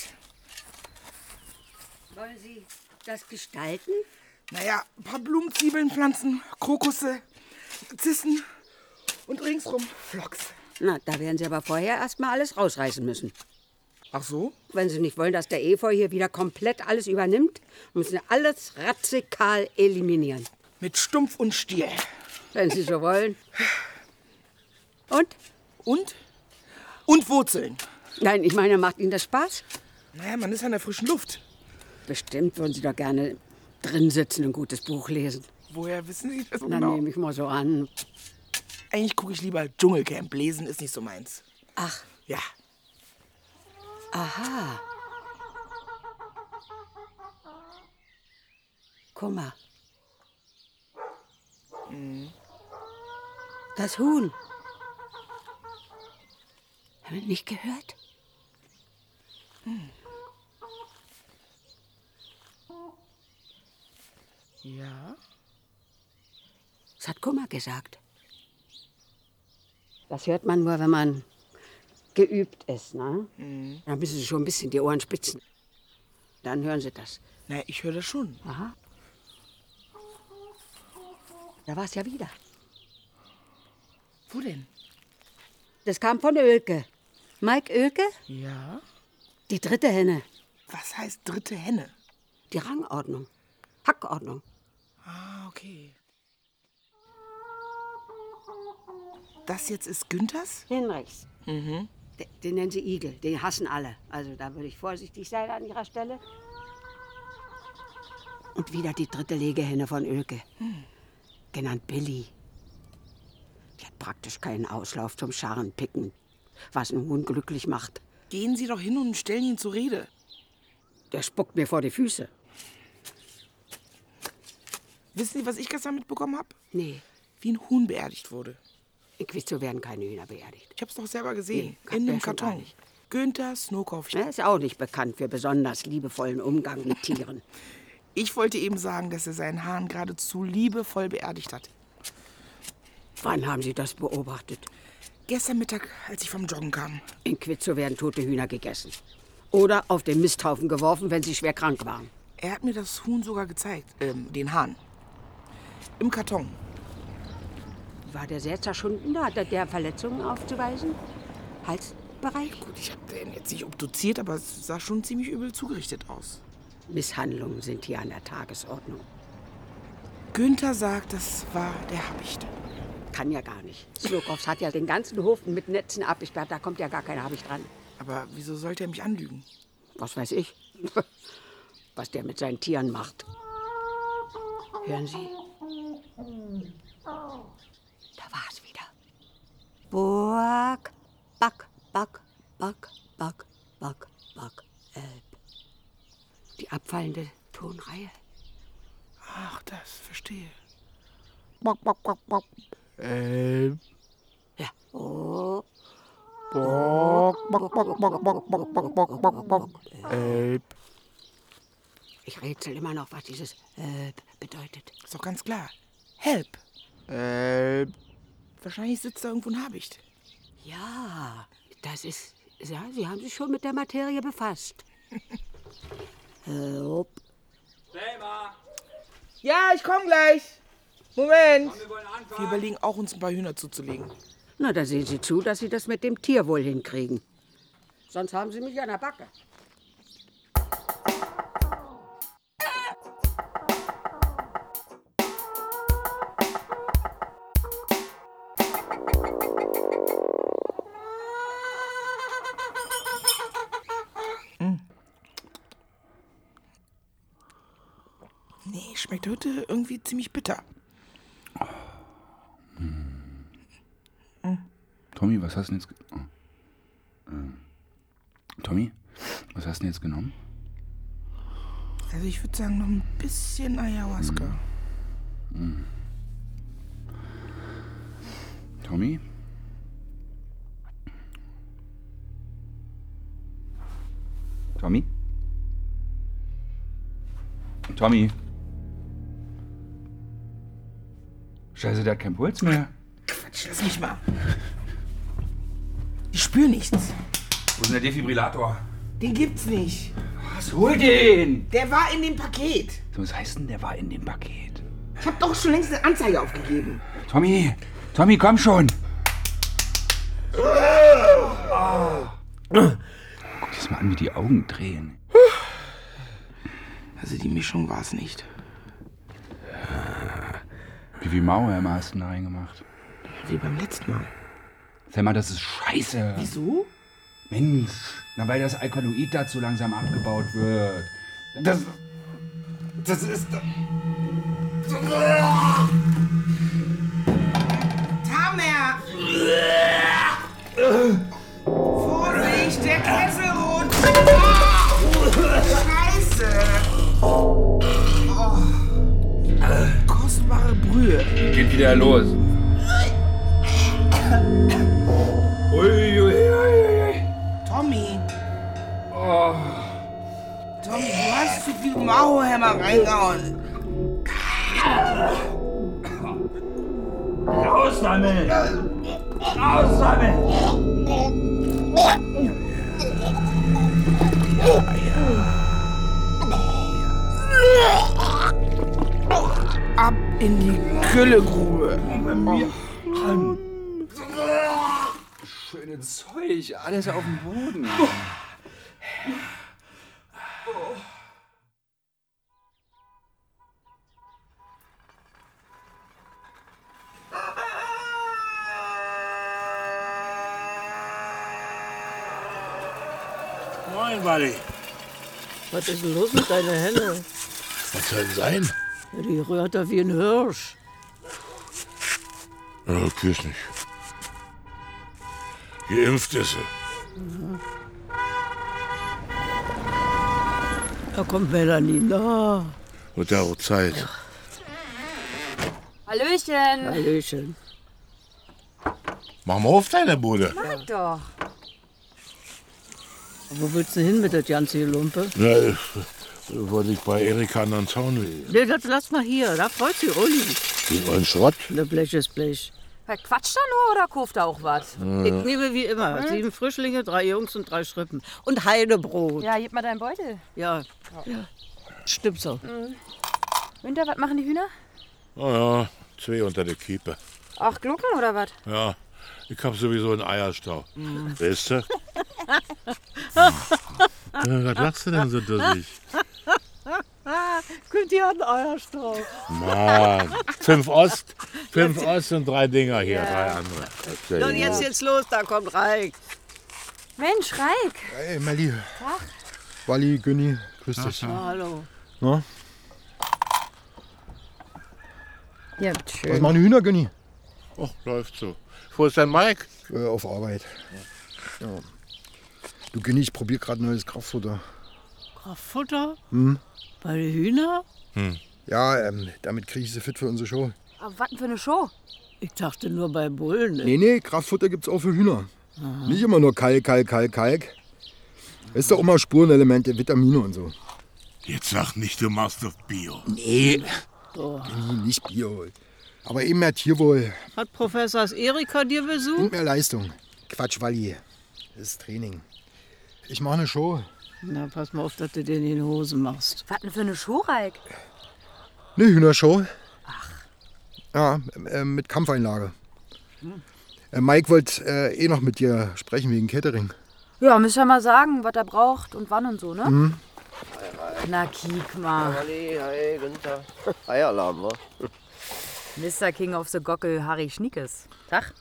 Speaker 7: Wollen Sie das gestalten?
Speaker 4: Naja, ein paar Blumenzwiebeln pflanzen, Krokusse, Zissen und ringsrum Flocks.
Speaker 7: Na, da werden Sie aber vorher erstmal alles rausreißen müssen.
Speaker 4: Ach so?
Speaker 7: Wenn Sie nicht wollen, dass der Efeu hier wieder komplett alles übernimmt, müssen Sie alles radikal eliminieren.
Speaker 4: Mit Stumpf und Stiel.
Speaker 7: Wenn Sie so wollen. Und?
Speaker 4: Und? Und Wurzeln.
Speaker 7: Nein, ich meine, macht Ihnen das Spaß?
Speaker 4: Naja, man ist an der frischen Luft.
Speaker 7: Bestimmt würden Sie doch gerne drin sitzen und ein gutes Buch lesen.
Speaker 4: Woher wissen Sie das
Speaker 7: Na,
Speaker 4: genau?
Speaker 7: nehme ich mal so an.
Speaker 4: Eigentlich gucke ich lieber Dschungelcamp. Lesen ist nicht so meins.
Speaker 7: Ach,
Speaker 4: Ja.
Speaker 7: aha. Guck mal, das Huhn. Haben wir nicht gehört?
Speaker 4: Ja?
Speaker 7: Das hat Kummer gesagt. Das hört man nur, wenn man geübt ist, ne?
Speaker 4: Mhm.
Speaker 7: dann müssen Sie schon ein bisschen die Ohren spitzen. Dann hören Sie das.
Speaker 4: Na, ich höre das schon.
Speaker 7: Aha. Da war es ja wieder.
Speaker 4: Wo denn?
Speaker 7: Das kam von Ölke. Mike Ölke?
Speaker 4: Ja.
Speaker 7: Die dritte Henne.
Speaker 4: Was heißt dritte Henne?
Speaker 7: Die Rangordnung. Hackordnung.
Speaker 4: Ah, okay. Das jetzt ist Günthers?
Speaker 7: Hinrichs.
Speaker 4: Mhm.
Speaker 7: Den, den nennen sie Igel. Den hassen alle. Also da würde ich vorsichtig sein an ihrer Stelle. Und wieder die dritte Legehenne von Ölke.
Speaker 4: Hm.
Speaker 7: Genannt Billy. Die hat praktisch keinen Auslauf zum Scharenpicken. Was einen Huhn glücklich macht.
Speaker 4: Gehen Sie doch hin und stellen ihn zur Rede.
Speaker 7: Der spuckt mir vor die Füße.
Speaker 4: Wissen Sie, was ich gestern mitbekommen habe?
Speaker 7: Nee.
Speaker 4: Wie ein Huhn beerdigt wurde.
Speaker 7: Ich wüsste, so werden keine Hühner beerdigt.
Speaker 4: Ich hab's doch selber gesehen.
Speaker 7: Nee,
Speaker 4: in dem
Speaker 7: ja, schon gar
Speaker 4: Karton.
Speaker 7: nicht.
Speaker 4: Günther Snowkauf.
Speaker 7: Er ist auch nicht bekannt für besonders liebevollen Umgang mit Tieren.
Speaker 4: Ich wollte eben sagen, dass er seinen Hahn geradezu liebevoll beerdigt hat.
Speaker 7: Wann haben Sie das beobachtet?
Speaker 4: Gestern Mittag, als ich vom Joggen kam.
Speaker 7: In Quitzow werden tote Hühner gegessen. Oder auf den Misthaufen geworfen, wenn sie schwer krank waren.
Speaker 4: Er hat mir das Huhn sogar gezeigt. Ähm, den Hahn. Im Karton.
Speaker 7: War der sehr zerschunden da? Hat er der Verletzungen aufzuweisen? Halsbereich?
Speaker 4: Gut, ich hab den jetzt nicht obduziert, aber es sah schon ziemlich übel zugerichtet aus.
Speaker 7: Misshandlungen sind hier an der Tagesordnung.
Speaker 4: Günther sagt, das war der Habicht.
Speaker 7: Kann ja gar nicht. Slokows hat ja den ganzen Hof mit Netzen abgesperrt. Da kommt ja gar kein Habicht dran.
Speaker 4: Aber wieso sollte er mich anlügen?
Speaker 7: Was weiß ich? Was der mit seinen Tieren macht. Hören Sie, da war es wieder. Burg, Back, Back, Back, Back, Back, Back, Elb. Die abfallende Tonreihe.
Speaker 4: Ach, das verstehe.
Speaker 7: Bock, bock, bock, bock.
Speaker 4: Äh,
Speaker 7: Ja. Oh,
Speaker 4: bock, bock, bock, bock, bock, bock, bock, bock, bock, bock. Äh,
Speaker 7: ich rätsel immer noch, was dieses Elb bedeutet.
Speaker 4: ist doch ganz klar. Help. Äh, wahrscheinlich sitzt da irgendwo ein Habicht.
Speaker 7: Ja, das ist. Ja, Sie haben sich schon mit der Materie befasst. Äh, Help.
Speaker 4: Ja, ich komm gleich. Moment. Wir überlegen auch, uns ein paar Hühner zuzulegen.
Speaker 7: Na, da sehen Sie zu, dass Sie das mit dem Tier wohl hinkriegen. Sonst haben Sie mich an der Backe.
Speaker 4: Nee, schmeckt heute irgendwie ziemlich bitter.
Speaker 1: Tommy, was hast du denn jetzt. ge- Oh. Ähm, Tommy, was hast du denn jetzt genommen?
Speaker 4: Also ich würde sagen, noch ein bisschen Ayahuasca.
Speaker 1: Hm. Tommy? Tommy? Tommy? Scheiße, der hat keinen Puls mehr.
Speaker 4: Quatsch, lass mich mal. Ich spüre nichts.
Speaker 1: Wo ist denn der Defibrillator?
Speaker 4: Den gibt's nicht.
Speaker 1: Was, hol den!
Speaker 4: Der war in dem Paket.
Speaker 1: So, Was heißt denn, der war in dem Paket?
Speaker 4: Ich habe doch schon längst eine Anzeige aufgegeben.
Speaker 1: Tommy! Tommy, komm schon! Guck dir das mal an, wie die Augen drehen.
Speaker 4: Also die Mischung war es nicht.
Speaker 1: Wie viel Mauerhämmer hast du denn da reingemacht?
Speaker 4: Wie beim letzten Mal.
Speaker 1: Sag mal, das ist scheiße.
Speaker 4: Wieso?
Speaker 1: Mensch, na weil das Alkaloid da zu langsam abgebaut wird. Das. Das ist.
Speaker 4: Tamer! Vorsicht, der Kessel rutscht! Scheiße! Kostbare Brühe.
Speaker 1: Geht wieder los. Uiuiui.
Speaker 4: Tommy! Ah. Tommy, du hast zu viel Mauerhämmer reingehauen.
Speaker 1: Raus damit!
Speaker 9: Raus damit!
Speaker 4: Ab in die Güllegrube.
Speaker 1: Oh. Schönes Zeug, alles auf dem Boden.
Speaker 4: Oh.
Speaker 18: Moin, Buddy.
Speaker 10: Was ist denn los mit deiner Helle?
Speaker 3: Was soll denn sein?
Speaker 10: Die rührt doch wie ein Hirsch.
Speaker 3: Ja, ich weiß nicht. Geimpft ist er.
Speaker 10: Da kommt Melanie. Na.
Speaker 3: Wird ja auch Zeit.
Speaker 8: Hallöchen.
Speaker 10: Hallöchen.
Speaker 3: Mach mal auf deine Bude.
Speaker 8: Mag doch.
Speaker 10: Wo willst du hin mit der ganzen Lumpe?
Speaker 3: Na, äh. ich, wollte ich bei Erika an den Zaun legen.
Speaker 10: Nee, das lass mal hier. Da freut sich Uli.
Speaker 3: Die wollen Schrott?
Speaker 10: Ne Blech ist Blech.
Speaker 8: Quatscht er nur oder kauft er auch was?
Speaker 3: Ja,
Speaker 10: Ich nehme wie immer
Speaker 8: Hm?
Speaker 10: sieben Frischlinge, drei Jungs und drei Schrippen. Und Heidebrot.
Speaker 8: Ja, gib mal deinen Beutel.
Speaker 10: Ja. ja. Stimmt so.
Speaker 8: Mhm. Winter, was machen die Hühner?
Speaker 3: Oh ja, zwei unter der Kiepe.
Speaker 8: Ach, Glucken oder was?
Speaker 3: Ja, ich hab sowieso einen Eierstau.
Speaker 8: Mhm.
Speaker 3: Weißt du? was lachst du denn so dusselig?
Speaker 10: Könnt ihr an euer Strauch.
Speaker 3: Mann, fünf Ost, fünf Ost und drei Dinger hier,
Speaker 10: Ja.
Speaker 3: drei andere.
Speaker 10: So, Und jetzt jetzt los, da kommt Reik.
Speaker 8: Mensch, Reik.
Speaker 11: Hey, Melli.
Speaker 8: Tag.
Speaker 11: Walli, Günni, grüß dich.
Speaker 10: hallo.
Speaker 11: Na,
Speaker 8: Ja,
Speaker 11: was machen die Hühner, Günni?
Speaker 3: Och, läuft so. Wo ist dein Mike?
Speaker 11: Äh, auf Arbeit. Ja. Du, Günni, ich probiere gerade neues Kraftfutter.
Speaker 10: Kraftfutter?
Speaker 11: Hm?
Speaker 10: Bei den Hühnern?
Speaker 11: Ja, ähm, damit kriege ich sie fit für unsere Show.
Speaker 8: Aber was denn für eine Show?
Speaker 10: Ich dachte nur bei Bullen.
Speaker 11: Nee, nee, Kraftfutter gibt's auch für Hühner. Nicht immer nur Kalk, Kalk, Kalk, Kalk. Ist doch immer Spurenelemente, Vitamine und so.
Speaker 3: Jetzt sag nicht, du machst doch Bio.
Speaker 11: Nee. Günni, nicht Bio. Aber eben mehr Tierwohl
Speaker 10: Hat Professor Erika dir
Speaker 11: und
Speaker 10: besucht?
Speaker 11: mehr Leistung. Quatsch, Walli. Das ist Training. Ich mache eine Show.
Speaker 10: Na, pass mal auf, dass du dir in den Hosen machst.
Speaker 8: Was denn für eine Show, Reik?
Speaker 11: Eine Hühnershow. Ach. Ja,
Speaker 14: äh,
Speaker 11: ähm, mit Kampfeinlage.
Speaker 8: Hm.
Speaker 11: Äh, Mike wollte äh, eh noch mit dir sprechen wegen Catering.
Speaker 8: Ja, müsst ihr mal sagen, was er braucht und wann und so, ne?
Speaker 11: Mhm.
Speaker 8: Na, kiek mal.
Speaker 19: Halli, hi, Ah Günther. Eieralarm, wa?
Speaker 8: Mr. King of the Gockel, Harry Schniekes. Tag.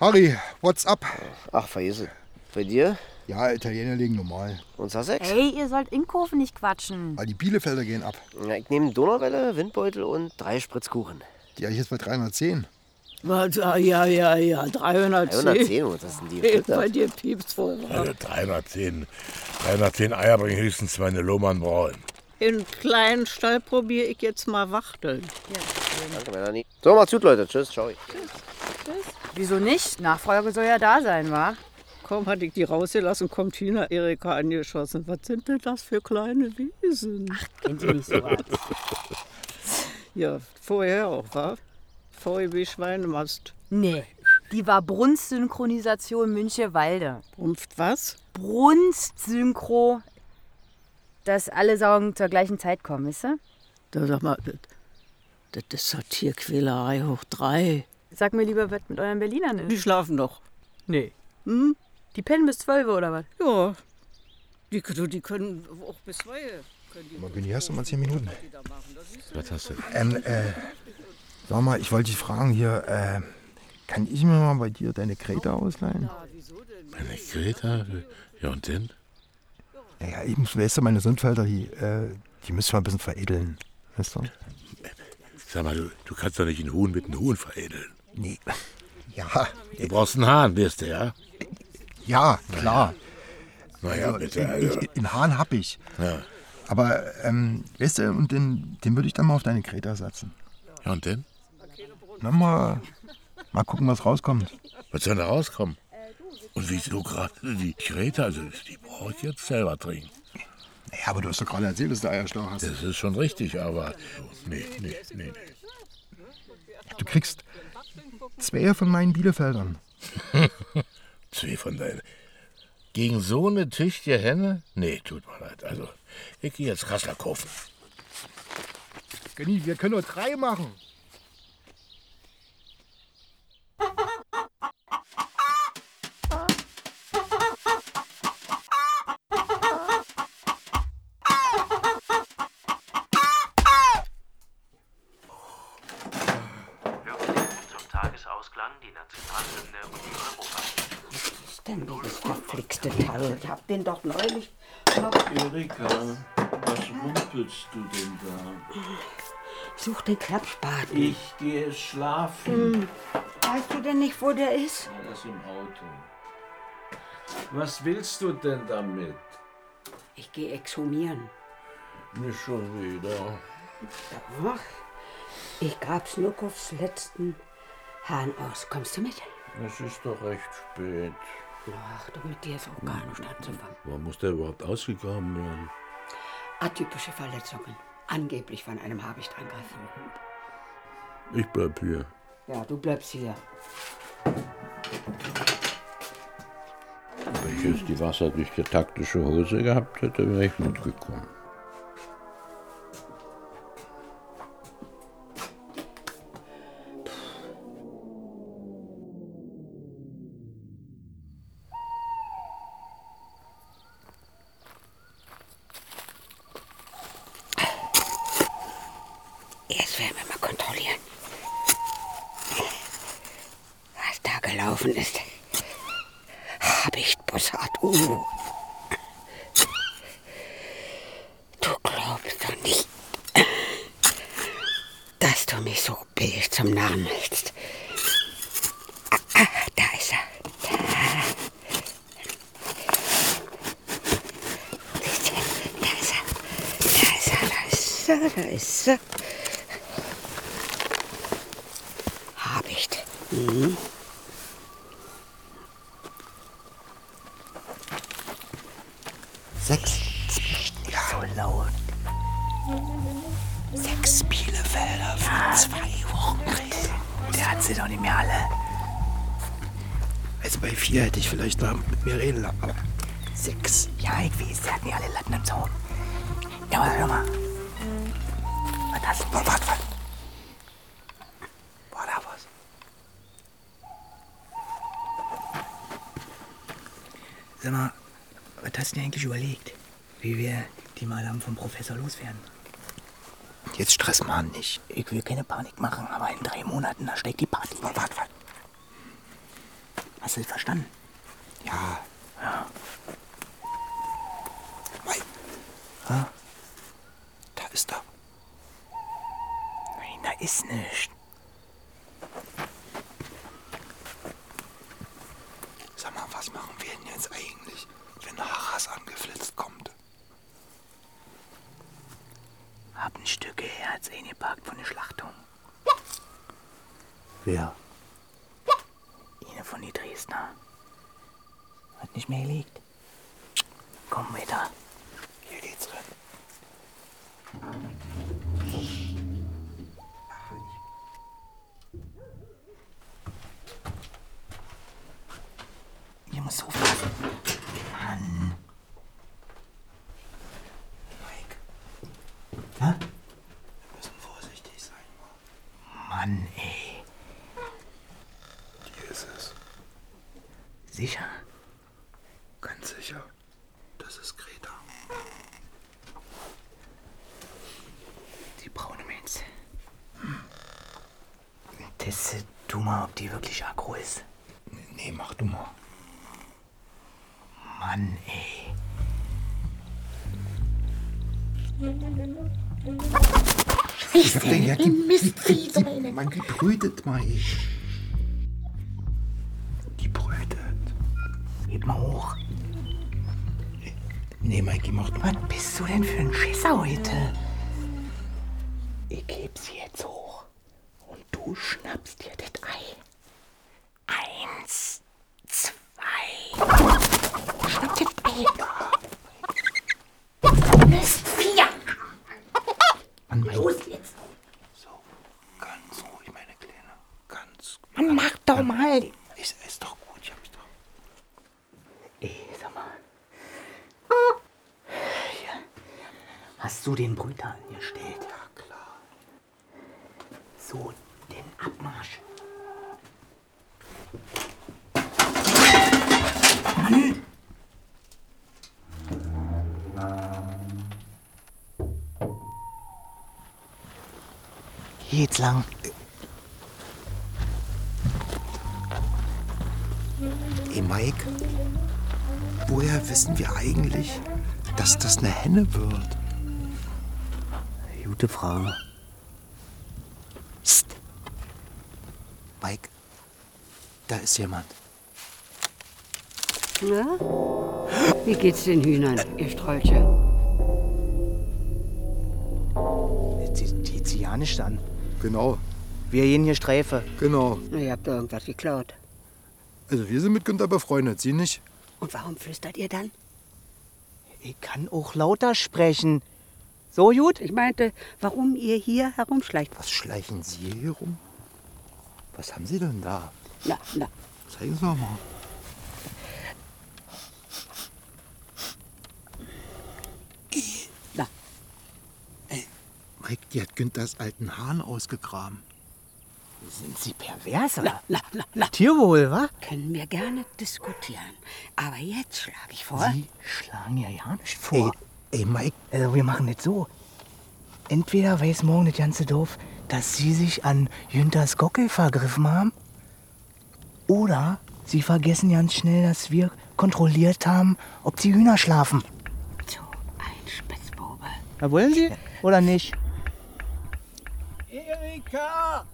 Speaker 11: Harry, what's up?
Speaker 19: Ach, vergiss es. Bei dir?
Speaker 11: Ja, Italiener legen normal. Ah,
Speaker 19: Und Sussex?
Speaker 8: Ey, ihr sollt Inkofen nicht quatschen.
Speaker 11: Die Bielefelder gehen ab.
Speaker 19: Na, ich nehme Donauwelle, Windbeutel und drei Spritzkuchen.
Speaker 11: Die habe ich jetzt bei 310.
Speaker 10: Was? Ah, Ja, ja, ja, 310.
Speaker 19: 310, was
Speaker 11: um
Speaker 19: ist denn die?
Speaker 10: Ey, Bei dir piepst voll.
Speaker 3: Also 310. 310 Eier bringen höchstens meine Lohmann Braun.
Speaker 10: In kleinen Stall probiere ich jetzt mal Wachteln.
Speaker 19: Danke, Melanie. So, macht's gut, Leute. Tschüss, ciao.
Speaker 8: Wieso nicht? Nachfolge soll ja da sein, wa?
Speaker 10: Kaum hatte ich die rausgelassen, kommt Tina Erika angeschossen. Was sind denn das für kleine Wesen? Ach,
Speaker 8: kennt ihr nicht so was?
Speaker 10: Ja, vorher auch, wa? VEB Schweinemast.
Speaker 8: Nee. Die war Brunstsynchronisation Münchewalde.
Speaker 10: Brunft was?
Speaker 8: Brunstsynchro. Dass alle Saugen zur gleichen Zeit kommen, wisst ihr?
Speaker 10: Da sag mal, das- das ist Sortierquälerei hoch drei.
Speaker 8: Sag mir lieber, was mit euren Berlinern ist.
Speaker 10: Die schlafen doch. Nee. Hm?
Speaker 8: Die pennen bis zwölf oder was?
Speaker 10: Ja. Die, du, die können auch bis zwei. Können die
Speaker 11: Mal, Günni, hast du mal 10 Minuten?
Speaker 20: Was hast du?
Speaker 11: Ähm, äh, sag mal, ich wollte dich fragen hier, äh, kann ich mir mal bei dir deine Kreta ausleihen?
Speaker 3: Meine Greta? Ja, und denn?
Speaker 11: Naja, ich muss, weißt du, meine Sündfelder, die, äh, die müssen wir ein bisschen veredeln. Weißt du?
Speaker 3: Sag mal, du, du kannst doch nicht einen Huhn mit einem Huhn veredeln.
Speaker 11: Nee. Ja.
Speaker 3: Du brauchst einen Hahn, wirst du, ja?
Speaker 11: Ja, klar.
Speaker 3: Naja,
Speaker 11: Also,
Speaker 3: bitte.
Speaker 11: in-
Speaker 3: Also.
Speaker 11: in- In Hahn hab ich.
Speaker 3: Ja.
Speaker 11: Aber, ähm, weißt du, und den, den würde ich dann mal auf deine Kreta setzen.
Speaker 3: ja, und denn?
Speaker 11: Na, mal, mal gucken, was rauskommt.
Speaker 3: Was soll da rauskommen? Und wieso gerade die Greta? Also, die brauche ich jetzt selber trinken.
Speaker 11: Ja, aber du hast doch gerade erzählt, dass du Eierstau hast.
Speaker 3: Das ist schon richtig, aber. Nee, nee, nee, nee.
Speaker 11: Du kriegst zwei von meinen Bielefeldern.
Speaker 3: Zwei von deinen. Gegen so eine Tisch hier Henne? Nee, tut mir leid. Also, ich gehe jetzt Kassler kaufen.
Speaker 21: Genni, wir können nur drei machen.
Speaker 8: Zum Tagesausklang die Nationalhymne und die Europahymne.
Speaker 7: ist denn dieses verflixte Teil? Ich hab den doch neulich.
Speaker 6: Erika, was rumpelst du denn da?
Speaker 7: Such den Klappspat.
Speaker 6: Ich gehe schlafen.
Speaker 7: Hm. Weißt du denn nicht, wo der ist?
Speaker 6: Er ist im Auto. Was willst du denn damit?
Speaker 7: Ich gehe exhumieren.
Speaker 6: Nicht schon wieder.
Speaker 7: Doch. Ich grab Snukows letzten Hahn aus. Kommst du mit?
Speaker 6: Es ist doch recht spät.
Speaker 7: Ach, du mit dir ist auch gar nicht anzufangen.
Speaker 6: Wann muss der überhaupt ausgegraben werden?
Speaker 7: Atypische Verletzungen. Angeblich von einem Habichtangriff.
Speaker 6: Ich bleib hier.
Speaker 7: Ja, du bleibst hier.
Speaker 6: Wenn ich jetzt die wasserdichte taktische Hose gehabt hätte, wäre ich mitgekommen.
Speaker 7: Erst werden wir mal kontrollieren, was da gelaufen ist. Habichtbussard Uno. Du glaubst doch nicht, dass du mich so billig zum Namen hältst. Ah, ah, da ist er. Da ist er. Da ist er, da ist er, da ist er. Habicht. Mhm.
Speaker 13: Sechs. Ja. So laut. Sechs Bielefelder für zwei Wochen. Der hat sie doch nicht mehr alle.
Speaker 14: Also bei vier hätte ich vielleicht mal mit mir reden lassen. aber
Speaker 13: Sechs. Ja, ich weiß, der hat nicht alle Latten im Zaun. Ja, aber hör mal. Was hast du? Warte, warte. War da was? Sag mal, was hast du dir eigentlich überlegt, wie wir die Madame vom Professor loswerden?
Speaker 14: Jetzt stress mal nicht.
Speaker 13: Ich will keine Panik machen, aber in drei Monaten, da schlägt die Party. Warte, warte, warte. Hast du das verstanden?
Speaker 14: Ja.
Speaker 13: Ja.
Speaker 14: Ha? Da ist er.
Speaker 13: Nein, da ist nichts.
Speaker 14: Sag mal, was machen wir denn jetzt eigentlich, wenn Haras angeflitzt kommt?
Speaker 13: Hab ein Stück Herz eingepackt von der Schlachtung.
Speaker 22: Wer?
Speaker 13: Eine von den Dresdner. Hat nicht mehr gelegt. Komm weiter.
Speaker 14: Hier geht's rein.
Speaker 13: Ihr müsst so fassen. Mann. Mike. Hä?
Speaker 14: Wir müssen vorsichtig sein.
Speaker 13: Mann, ey.
Speaker 14: Hier ist es.
Speaker 13: Sicher?
Speaker 14: Ganz sicher. Das ist Greta.
Speaker 13: Die braune Münze. Hm. Teste du mal, ob die wirklich aggro ist.
Speaker 14: Nee, mach du mal.
Speaker 13: Mann, ey.
Speaker 14: Ich bin ja die Mistvieh sein. Man brütet mal ich. Die brütet.
Speaker 13: Gib mal hoch.
Speaker 14: Nee, Mikey, mach du.
Speaker 13: Was bist du denn für ein Schisser heute? Ich heb's jetzt hoch. Und du schnappst dir das Ei. Eins, zwei. Schnapp dir das Ei. Mist, vier. Los jetzt.
Speaker 14: Ganz ruhig, meine Kleine. Ganz.
Speaker 13: Mann, mach doch mal.
Speaker 14: Ich esse doch
Speaker 9: zu den Brütern gestellt. Ja, klar. So, den Abmarsch. Hier geht's lang.
Speaker 13: Ey Mike, woher wissen wir eigentlich, dass das eine Henne wird?
Speaker 9: Gute Frage.
Speaker 13: Psst. Mike, da ist jemand.
Speaker 7: Na? Wie geht's den Hühnern, ihr Strolche?
Speaker 9: Die Zianisch dann.
Speaker 14: Genau.
Speaker 9: Wir gehen hier Streife.
Speaker 14: Genau.
Speaker 7: Na, Ihr habt da irgendwas geklaut.
Speaker 14: Also wir sind mit Günther befreundet, Sie nicht?
Speaker 7: Und warum flüstert ihr dann?
Speaker 9: Ich kann auch lauter sprechen. So gut?
Speaker 7: Ich meinte, warum ihr hier herumschleicht.
Speaker 13: Was schleichen Sie hier rum? Was haben Sie denn da?
Speaker 7: Na, na,
Speaker 13: Zeigen Sie doch mal.
Speaker 7: Na.
Speaker 14: Äh,
Speaker 13: Ey, Mike, die hat Günthers alten Hahn ausgegraben.
Speaker 9: Sind Sie pervers,
Speaker 7: na, na, na, na.
Speaker 9: Tierwohl, wa?
Speaker 7: Können wir gerne diskutieren. Aber jetzt schlage ich vor.
Speaker 9: Sie schlagen ja ja nicht vor.
Speaker 13: Ey, ey Mike.
Speaker 9: Also wir machen das so. Entweder weiß morgen das ganze Dorf, dass Sie sich an Jünthers Gockel vergriffen haben. Oder Sie vergessen ganz schnell, dass wir kontrolliert haben, ob die Hühner schlafen.
Speaker 7: So ein Spitzbube.
Speaker 9: Da wollen Sie? Oder nicht?
Speaker 8: Erika!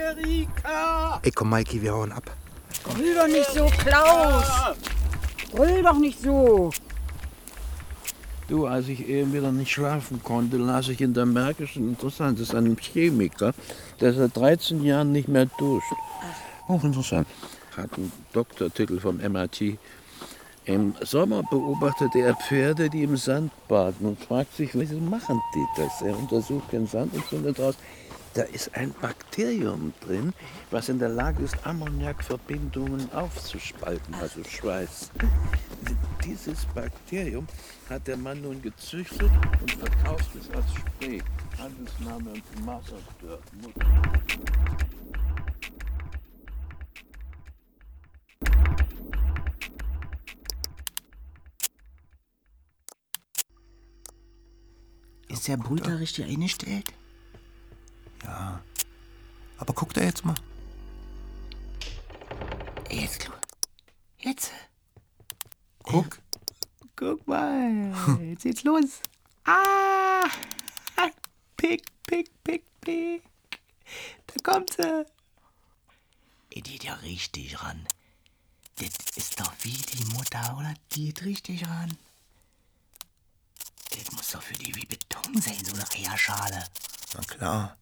Speaker 8: Erika!
Speaker 13: Ey, komm, Mikey, wir hauen ab.
Speaker 7: Brüll doch nicht so, Klaus! Brüll doch nicht so!
Speaker 6: Du, als ich eben wieder nicht schlafen konnte, las ich in der Märkischen Interessantes an einem Chemiker, der seit 13 Jahren nicht mehr duscht. Hochinteressant. Hat einen Doktortitel vom MIT. Im Sommer beobachtete er Pferde, die im Sand baden und fragt sich, wieso machen die das? Er untersucht den Sand und findet raus, da ist ein Bakterium drin, was in der Lage ist, Ammoniakverbindungen aufzuspalten, also Schweiß. Dieses Bakterium hat der Mann nun gezüchtet und verkauft es als Spray. Handelsname Masertör.
Speaker 9: Ist der Brüter richtig eingestellt?
Speaker 13: Ja. Aber guck da jetzt mal.
Speaker 9: Jetzt, Lu- Jetzt.
Speaker 13: Guck.
Speaker 9: Guck mal. Jetzt geht's los. Ah! Pick, pick, pick, pick. Da kommt sie. Ihr geht ja richtig ran. Das ist doch wie die Mutter, oder? Die geht richtig ran. Das muss doch für die wie Beton sein, so eine Eierschale.
Speaker 13: Na klar.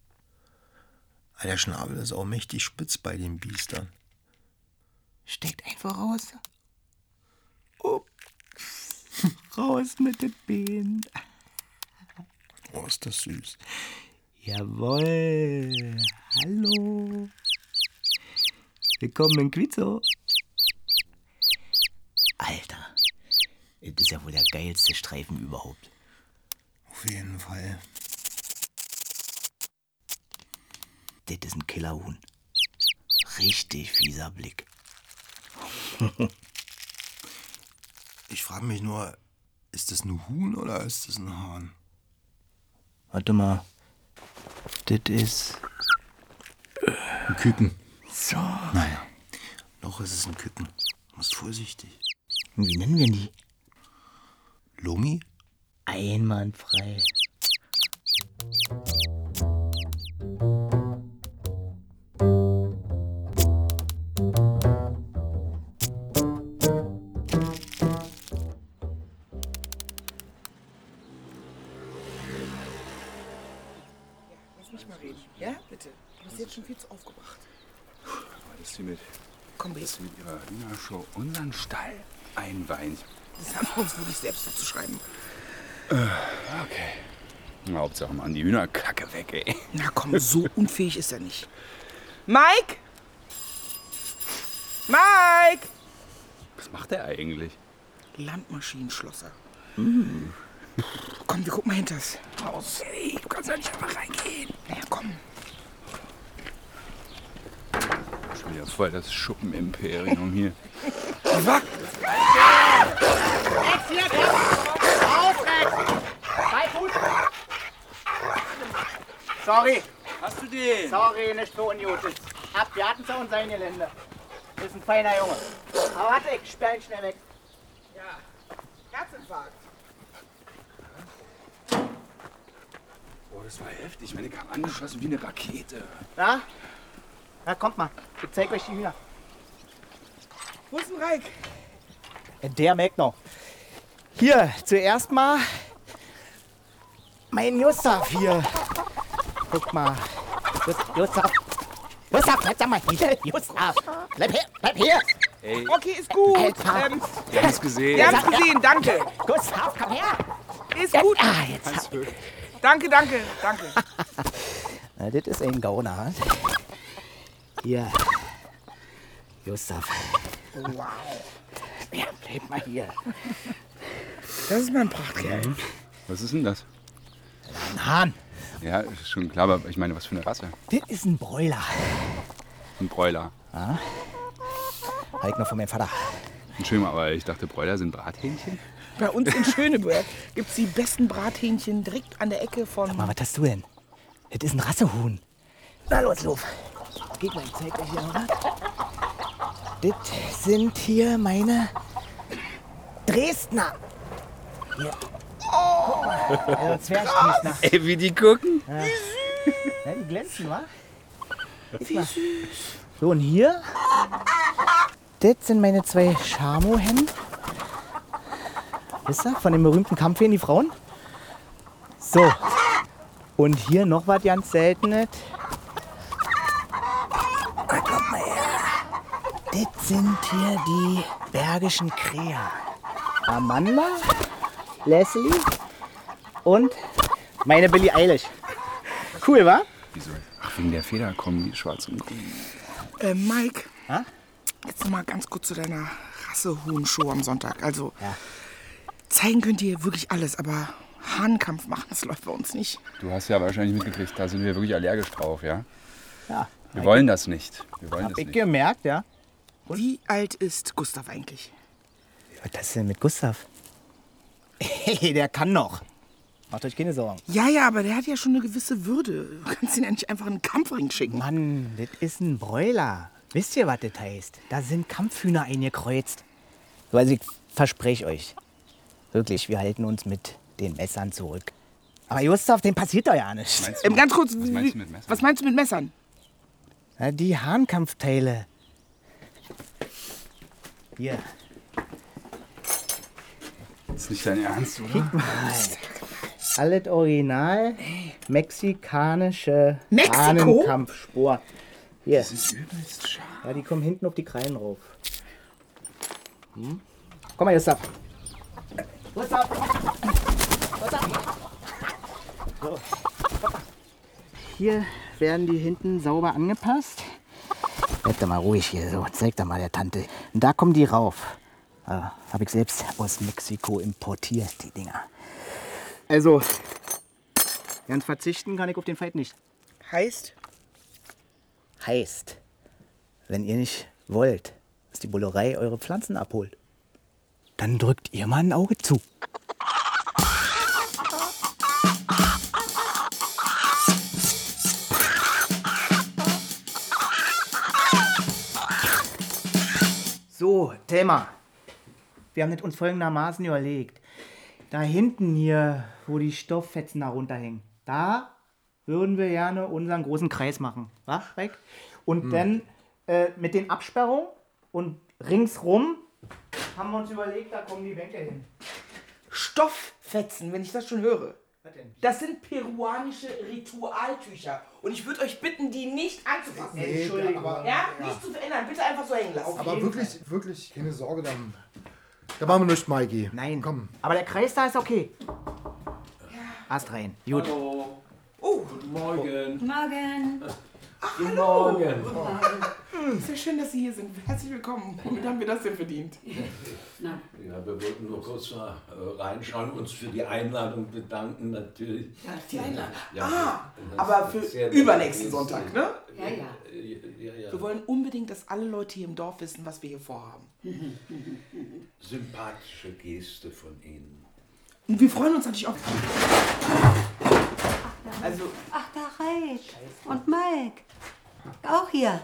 Speaker 13: Ah, Der Schnabel ist auch mächtig spitz bei den Biestern.
Speaker 9: Steckt einfach raus. Upp. Raus mit den Beinen.
Speaker 13: Oh, ist das süß.
Speaker 9: Jawoll. Hallo. Willkommen in Quizzo. Alter. Das ist ja wohl der geilste Streifen überhaupt.
Speaker 13: Auf jeden Fall.
Speaker 9: Das ist ein Killerhuhn. Richtig fieser Blick.
Speaker 13: Ich frage mich nur, ist das ein Huhn oder ist das ein Hahn?
Speaker 9: Warte mal. Das ist.
Speaker 13: Ein Küken.
Speaker 9: So.
Speaker 13: Naja, noch ist es ein Küken. Musst vorsichtig.
Speaker 9: Wie nennen wir die?
Speaker 13: Lomi?
Speaker 9: Einwandfrei.
Speaker 4: Lass mich mal reden. Ja, bitte. Du bist jetzt schon viel zu aufgebracht.
Speaker 1: Dass sie mit,
Speaker 4: Komm,
Speaker 1: dass sie mit ihrer Hühnershow unseren Stall einweint.
Speaker 4: Das haben wir uns wirklich selbst zuzuschreiben.
Speaker 1: Äh, okay. Na, Hauptsache, man, die Hühnerkacke weg, ey.
Speaker 4: Na komm, so unfähig ist er nicht. Mike! Mike!
Speaker 1: Was macht der eigentlich?
Speaker 4: Landmaschinenschlosser. Komm, wir gucken mal hinter das Haus. Hey, du kannst ja nicht einfach reingehen. Na ja, komm.
Speaker 1: Schon wieder voll das Schuppenimperium hier.
Speaker 23: Rex, hier, komm! Auf, Rex! Zwei Fuß! Sorry! Hast du den? Sorry, nicht so unjutig. Ab, wir hatten ja unser Gelände. Ist ein feiner Junge. Aber warte, ich sperre ihn schnell weg.
Speaker 4: Ja, Herzinfarkt.
Speaker 1: Oh, das war heftig. Meine kam angeschossen wie eine Rakete.
Speaker 9: Na? Na, kommt mal. Ich zeig euch die Hühner.
Speaker 4: Wo ist denn Reik?
Speaker 9: Äh, Der merkt noch. Hier, zuerst mal mein Gustav hier. Guck mal. Jus- Gustav. Gustav, bleib da mal hier. Gustav. Bleib hier, bleib hier.
Speaker 1: Ey,
Speaker 4: Okay, ist gut. Ähm,
Speaker 1: wir haben es gesehen.
Speaker 4: wir haben's gesehen, danke.
Speaker 9: Gustav, komm her.
Speaker 4: Ist gut.
Speaker 9: Ah, jetzt hab
Speaker 4: Danke, danke, danke.
Speaker 9: Na, das ist ein Gauner. ha? Hier. Gustav.
Speaker 4: Wow.
Speaker 9: Ja, bleib mal hier.
Speaker 4: Das ist mein Prachtkerl.
Speaker 1: Mhm. Was ist denn das?
Speaker 9: Ein Hahn.
Speaker 1: Ja, ist schon klar, aber ich meine, was für eine Rasse?
Speaker 9: Das ist ein Broiler.
Speaker 1: Ein Bräuler.
Speaker 9: Ah. Hab ich noch von meinem Vater.
Speaker 1: Entschuldigung, aber ich dachte, Bräuler sind Brathähnchen?
Speaker 4: Bei uns in Schöneberg gibt es die besten Brathähnchen direkt an der Ecke von.
Speaker 9: Mama, was hast du denn? Das ist ein Rassehuhn. Na los, Luf. Geh mal, ich zeig euch hier noch was. Das sind hier meine Dresdner. Hier. Guck mal, also Zwergdresdner.
Speaker 20: Ey, wie die gucken.
Speaker 9: Ja. Ja, die glänzen, wa? Wie süß. So, und hier? Das sind meine zwei Schamo-Hennen. Wisst ihr, von dem berühmten Kampf in die Frauen. So. Und hier noch was ganz Seltenes. Na, Komm mal her. Das sind hier die bergischen Kräher. Amanda, Leslie und meine Billie Eilish. Cool, wa?
Speaker 1: Wieso? Ach, wegen der Feder kommen die schwarz und grün.
Speaker 4: Äh, Mike. Jetzt noch mal ganz kurz zu deiner Rassehuhn-Show am Sonntag. Also, zeigen könnt ihr wirklich alles, aber Hahnkampf machen, das läuft bei uns nicht.
Speaker 1: Du hast ja wahrscheinlich mitgekriegt, da sind wir wirklich allergisch drauf, ja?
Speaker 9: Ja.
Speaker 1: Wir wollen das nicht. Wir wollen
Speaker 9: Hab
Speaker 1: das
Speaker 9: ich
Speaker 1: nicht.
Speaker 9: gemerkt, ja.
Speaker 4: Wie alt ist Gustav eigentlich?
Speaker 9: Was ist denn mit Gustav? Hey, der kann noch. Macht euch keine Sorgen.
Speaker 4: Ja, ja, aber der hat ja schon eine gewisse Würde. Du kannst ihn ja nicht einfach in den Kampfring schicken.
Speaker 9: Mann, das ist ein Bräuler. Wisst ihr, was das heißt? Da sind Kampfhühner eingekreuzt. So, Also ich verspreche euch, wirklich, wir halten uns mit den Messern zurück. Aber Gustav, dem passiert doch ja nichts.
Speaker 4: Ähm, ganz kurz, was meinst, du mit Messern? was meinst du mit Messern?
Speaker 9: Na, die Hahnkampfteile. Hier.
Speaker 1: Ist nicht dein Ernst, oder?
Speaker 9: Guck mal. Alles original mexikanische
Speaker 4: Mexiko?
Speaker 9: Hahnenkampfspor. Hier. Das ist übelst scharf. Ja, die kommen hinten auf die Krallen rauf. Hm? Komm mal, Gustav. Gustav! Gustav! So. Hier werden die hinten sauber angepasst. Bleib da mal ruhig hier, so. Zeig da mal der Tante. Und da kommen die rauf. Ah, Habe ich selbst aus Mexiko importiert, die Dinger. Also, ganz verzichten kann ich auf den Fight nicht.
Speaker 4: Heißt?
Speaker 9: Heißt, wenn ihr nicht wollt, dass die Bullerei eure Pflanzen abholt, dann drückt ihr mal ein Auge zu. So, Thema. Wir haben es uns folgendermaßen überlegt. Da hinten hier, wo die Stofffetzen da runterhängen, da würden wir gerne unseren großen Kreis machen. wa, Reik? Und
Speaker 23: Hm.
Speaker 9: dann äh, mit den Absperrungen und ringsrum haben wir uns überlegt, da kommen die Bänke hin.
Speaker 4: Stofffetzen, wenn ich das schon höre. Das sind peruanische Ritualtücher. Und ich würde euch bitten, die nicht anzufassen.
Speaker 11: Nee, Entschuldigung. aber-
Speaker 4: ja?
Speaker 11: ja.
Speaker 4: Nicht zu verändern. Bitte einfach so hängen lassen.
Speaker 11: Aber wirklich, wirklich, keine Sorge, dann, da machen wir nichts, Mikey. Nein. Komm.
Speaker 9: Aber der Kreis da ist okay. Ast rein. Gut. Hallo.
Speaker 4: Oh.
Speaker 17: Guten Morgen.
Speaker 8: Morgen.
Speaker 9: Guten Morgen.
Speaker 4: Sehr schön, dass Sie hier sind. Herzlich willkommen. Womit haben wir das denn verdient?
Speaker 10: Na,
Speaker 6: Ja, wir wollten nur kurz mal äh, reinschauen, uns für die Einladung bedanken natürlich.
Speaker 4: Ja, die Einladung.
Speaker 6: Ja,
Speaker 4: Ah,
Speaker 6: das
Speaker 4: aber
Speaker 6: ist
Speaker 4: für
Speaker 6: sehr-
Speaker 4: übernächsten Sonntag, ne?
Speaker 6: Ja, ja. ja, ja.
Speaker 4: Wir wollen unbedingt, dass alle Leute hier im Dorf wissen, was wir hier vorhaben.
Speaker 6: Sympathische Geste von Ihnen.
Speaker 4: Und wir freuen uns natürlich auch. Also,
Speaker 24: Ach, da Reik und Mike. Auch hier.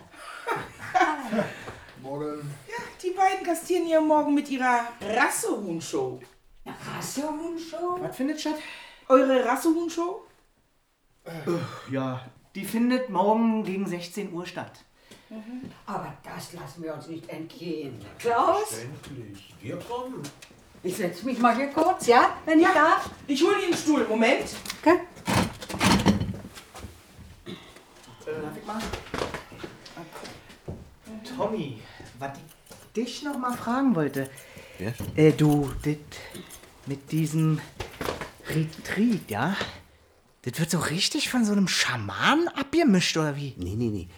Speaker 11: Morgen.
Speaker 4: Ja, die beiden gastieren hier morgen mit ihrer Rassehuhn-Show. Rassehuhn-Show? Was findet statt? Eure Rassehuhn-Show?
Speaker 9: Ja, die findet morgen gegen 16 Uhr statt.
Speaker 7: Aber das lassen wir uns nicht entgehen. Klaus,
Speaker 6: Endlich, wir kommen.
Speaker 7: ich setze mich mal hier kurz, ja? Wenn ich darf.
Speaker 4: Ich hole Ihren Stuhl, Moment.
Speaker 7: Okay.
Speaker 9: Darf ich mal? Tommy, was ich dich noch mal fragen wollte.
Speaker 6: Ja?
Speaker 9: Äh, du, das mit diesem Retreat, ja? Das wird so richtig von so einem Schamanen abgemischt, oder wie?
Speaker 13: Nee, nee, nee.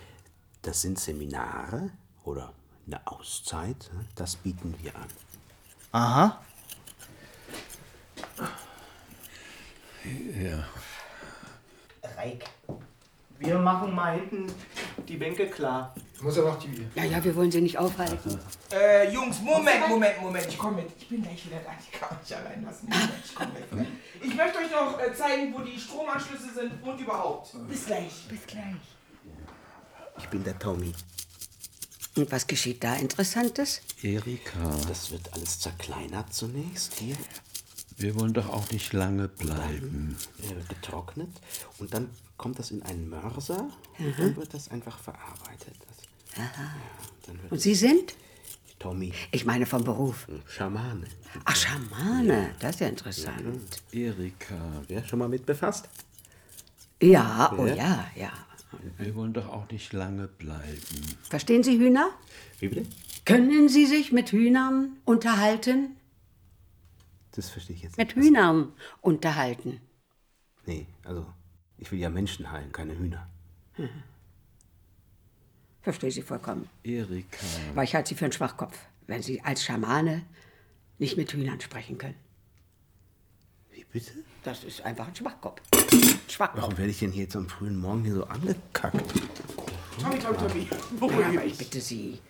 Speaker 13: Das sind Seminare oder eine Auszeit. ne? Das bieten wir an.
Speaker 9: Aha.
Speaker 3: Ja.
Speaker 9: Reik. Wir machen mal hinten die Bänke klar. Muss ja noch die
Speaker 7: Ja, ja, wir wollen sie nicht aufhalten.
Speaker 4: Äh, Jungs, Moment, Moment, Moment. Ich komme mit. Ich bin gleich wieder da. Ich kann mich allein lassen. Moment, ich komme mit. Ich möchte euch noch äh, zeigen, wo die Stromanschlüsse sind und überhaupt. Äh. Bis gleich.
Speaker 7: Bis gleich.
Speaker 13: Ich bin der Tommy.
Speaker 7: Und was geschieht da Interessantes?
Speaker 13: Erika. Das wird alles zerkleinert zunächst hier.
Speaker 3: Wir wollen doch auch nicht lange bleiben.
Speaker 13: äh, getrocknet und dann kommt das in einen Mörser
Speaker 7: Mhm.
Speaker 13: und dann wird das einfach verarbeitet. Das,
Speaker 7: Aha.
Speaker 13: dann wird
Speaker 7: Und Sie sind?
Speaker 13: Tommy. Hm,
Speaker 7: Ich meine vom Beruf.
Speaker 13: Schamane.
Speaker 7: Ach, Schamane. Das ist ja interessant.
Speaker 3: Erika.
Speaker 13: Ja, schon mal mit befasst?
Speaker 7: Ja, oh ja, ja.
Speaker 3: Wir wollen doch auch nicht lange bleiben.
Speaker 7: Verstehen Sie Hühner?
Speaker 13: Wie bitte?
Speaker 7: Können Sie sich mit Hühnern unterhalten?
Speaker 13: Das verstehe ich jetzt.
Speaker 7: Mit Hühnern unterhalten.
Speaker 13: Nee, also ich will ja Menschen heilen, keine Hühner.
Speaker 7: Hm. Verstehe Sie vollkommen.
Speaker 3: Erika.
Speaker 7: Aber ich halte Sie für einen Schwachkopf, wenn Sie als Schamane nicht mit Hühnern sprechen können.
Speaker 13: Wie bitte?
Speaker 7: Das ist einfach ein Schwachkopf.
Speaker 13: Warum werde ich denn hier zum frühen Morgen hier so angekackt?
Speaker 4: Tommy, Tommy, Tommy.
Speaker 7: Ja, aber ich bitte Sie.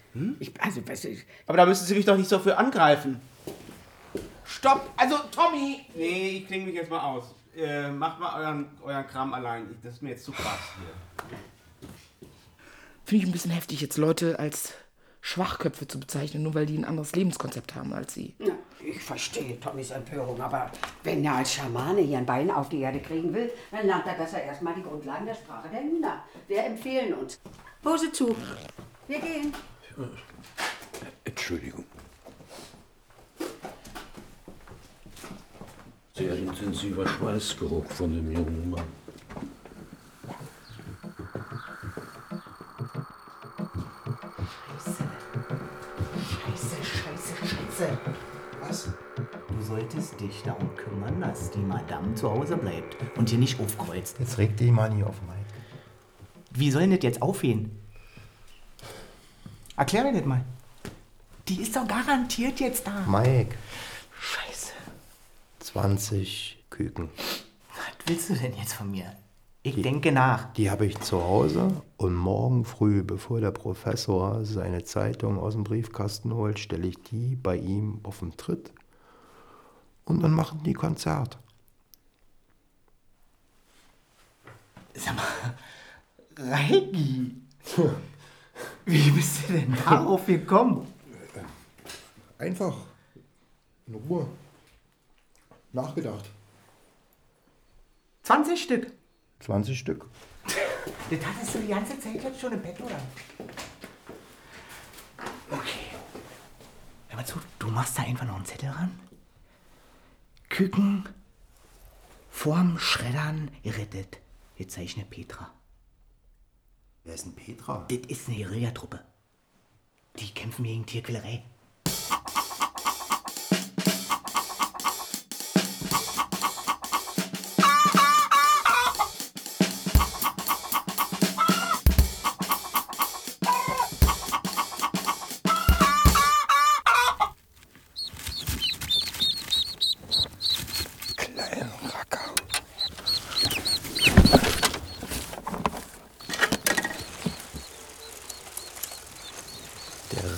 Speaker 7: Ich, also, was ist,
Speaker 9: Aber da müssen Sie mich doch nicht so für angreifen.
Speaker 4: Stopp! Also, Tommy!
Speaker 17: Nee, ich klinge mich jetzt mal aus. Äh, macht mal euren, euren Kram allein. Ich, das ist mir jetzt zu krass hier.
Speaker 4: Finde ich ein bisschen heftig, jetzt Leute als Schwachköpfe zu bezeichnen, nur weil die ein anderes Lebenskonzept haben als Sie.
Speaker 7: Na, ich verstehe Tommys Empörung, aber wenn er als Schamane hier ein Bein auf die Erde kriegen will, dann lernt er besser erstmal die Grundlagen der Sprache der Hühner. Wir empfehlen uns. Hose zu. Wir gehen.
Speaker 3: Entschuldigung.
Speaker 6: Sehr intensiver Schweißgeruch von dem jungen Mann.
Speaker 9: Scheiße, scheiße, scheiße. Was? Du solltest dich darum kümmern, dass die Madame zu Hause bleibt und hier nicht aufkreuzt.
Speaker 5: Jetzt regt dich mal nicht auf, Mike.
Speaker 9: Wie soll denn das jetzt aufgehen? Erklär mir das mal. Die ist doch garantiert jetzt
Speaker 17: Ah.
Speaker 9: da.
Speaker 5: Mike,
Speaker 9: Scheiße.
Speaker 5: 20 Küken.
Speaker 9: Was willst du denn jetzt von mir? Ich denke nach.
Speaker 5: Die habe ich zu Hause und morgen früh, bevor der Professor seine Zeitung aus dem Briefkasten holt, stelle ich die bei ihm auf den Tritt und dann machen die Konzert.
Speaker 9: Sag mal, Reiki. Wie bist du denn darauf gekommen?
Speaker 11: Einfach. In Ruhe. Nachgedacht.
Speaker 9: 20 Stück.
Speaker 11: 20 Stück.
Speaker 9: Das hattest du die ganze Zeit jetzt schon im Bett, oder? Okay. Hör mal zu, du machst da einfach noch einen Zettel ran. Küken vorm Schreddern gerettet. Jetzt zeichne Petra.
Speaker 5: Wer ist denn Petra?
Speaker 9: Das ist eine Guerillatruppe. Die kämpfen gegen Tierquälerei.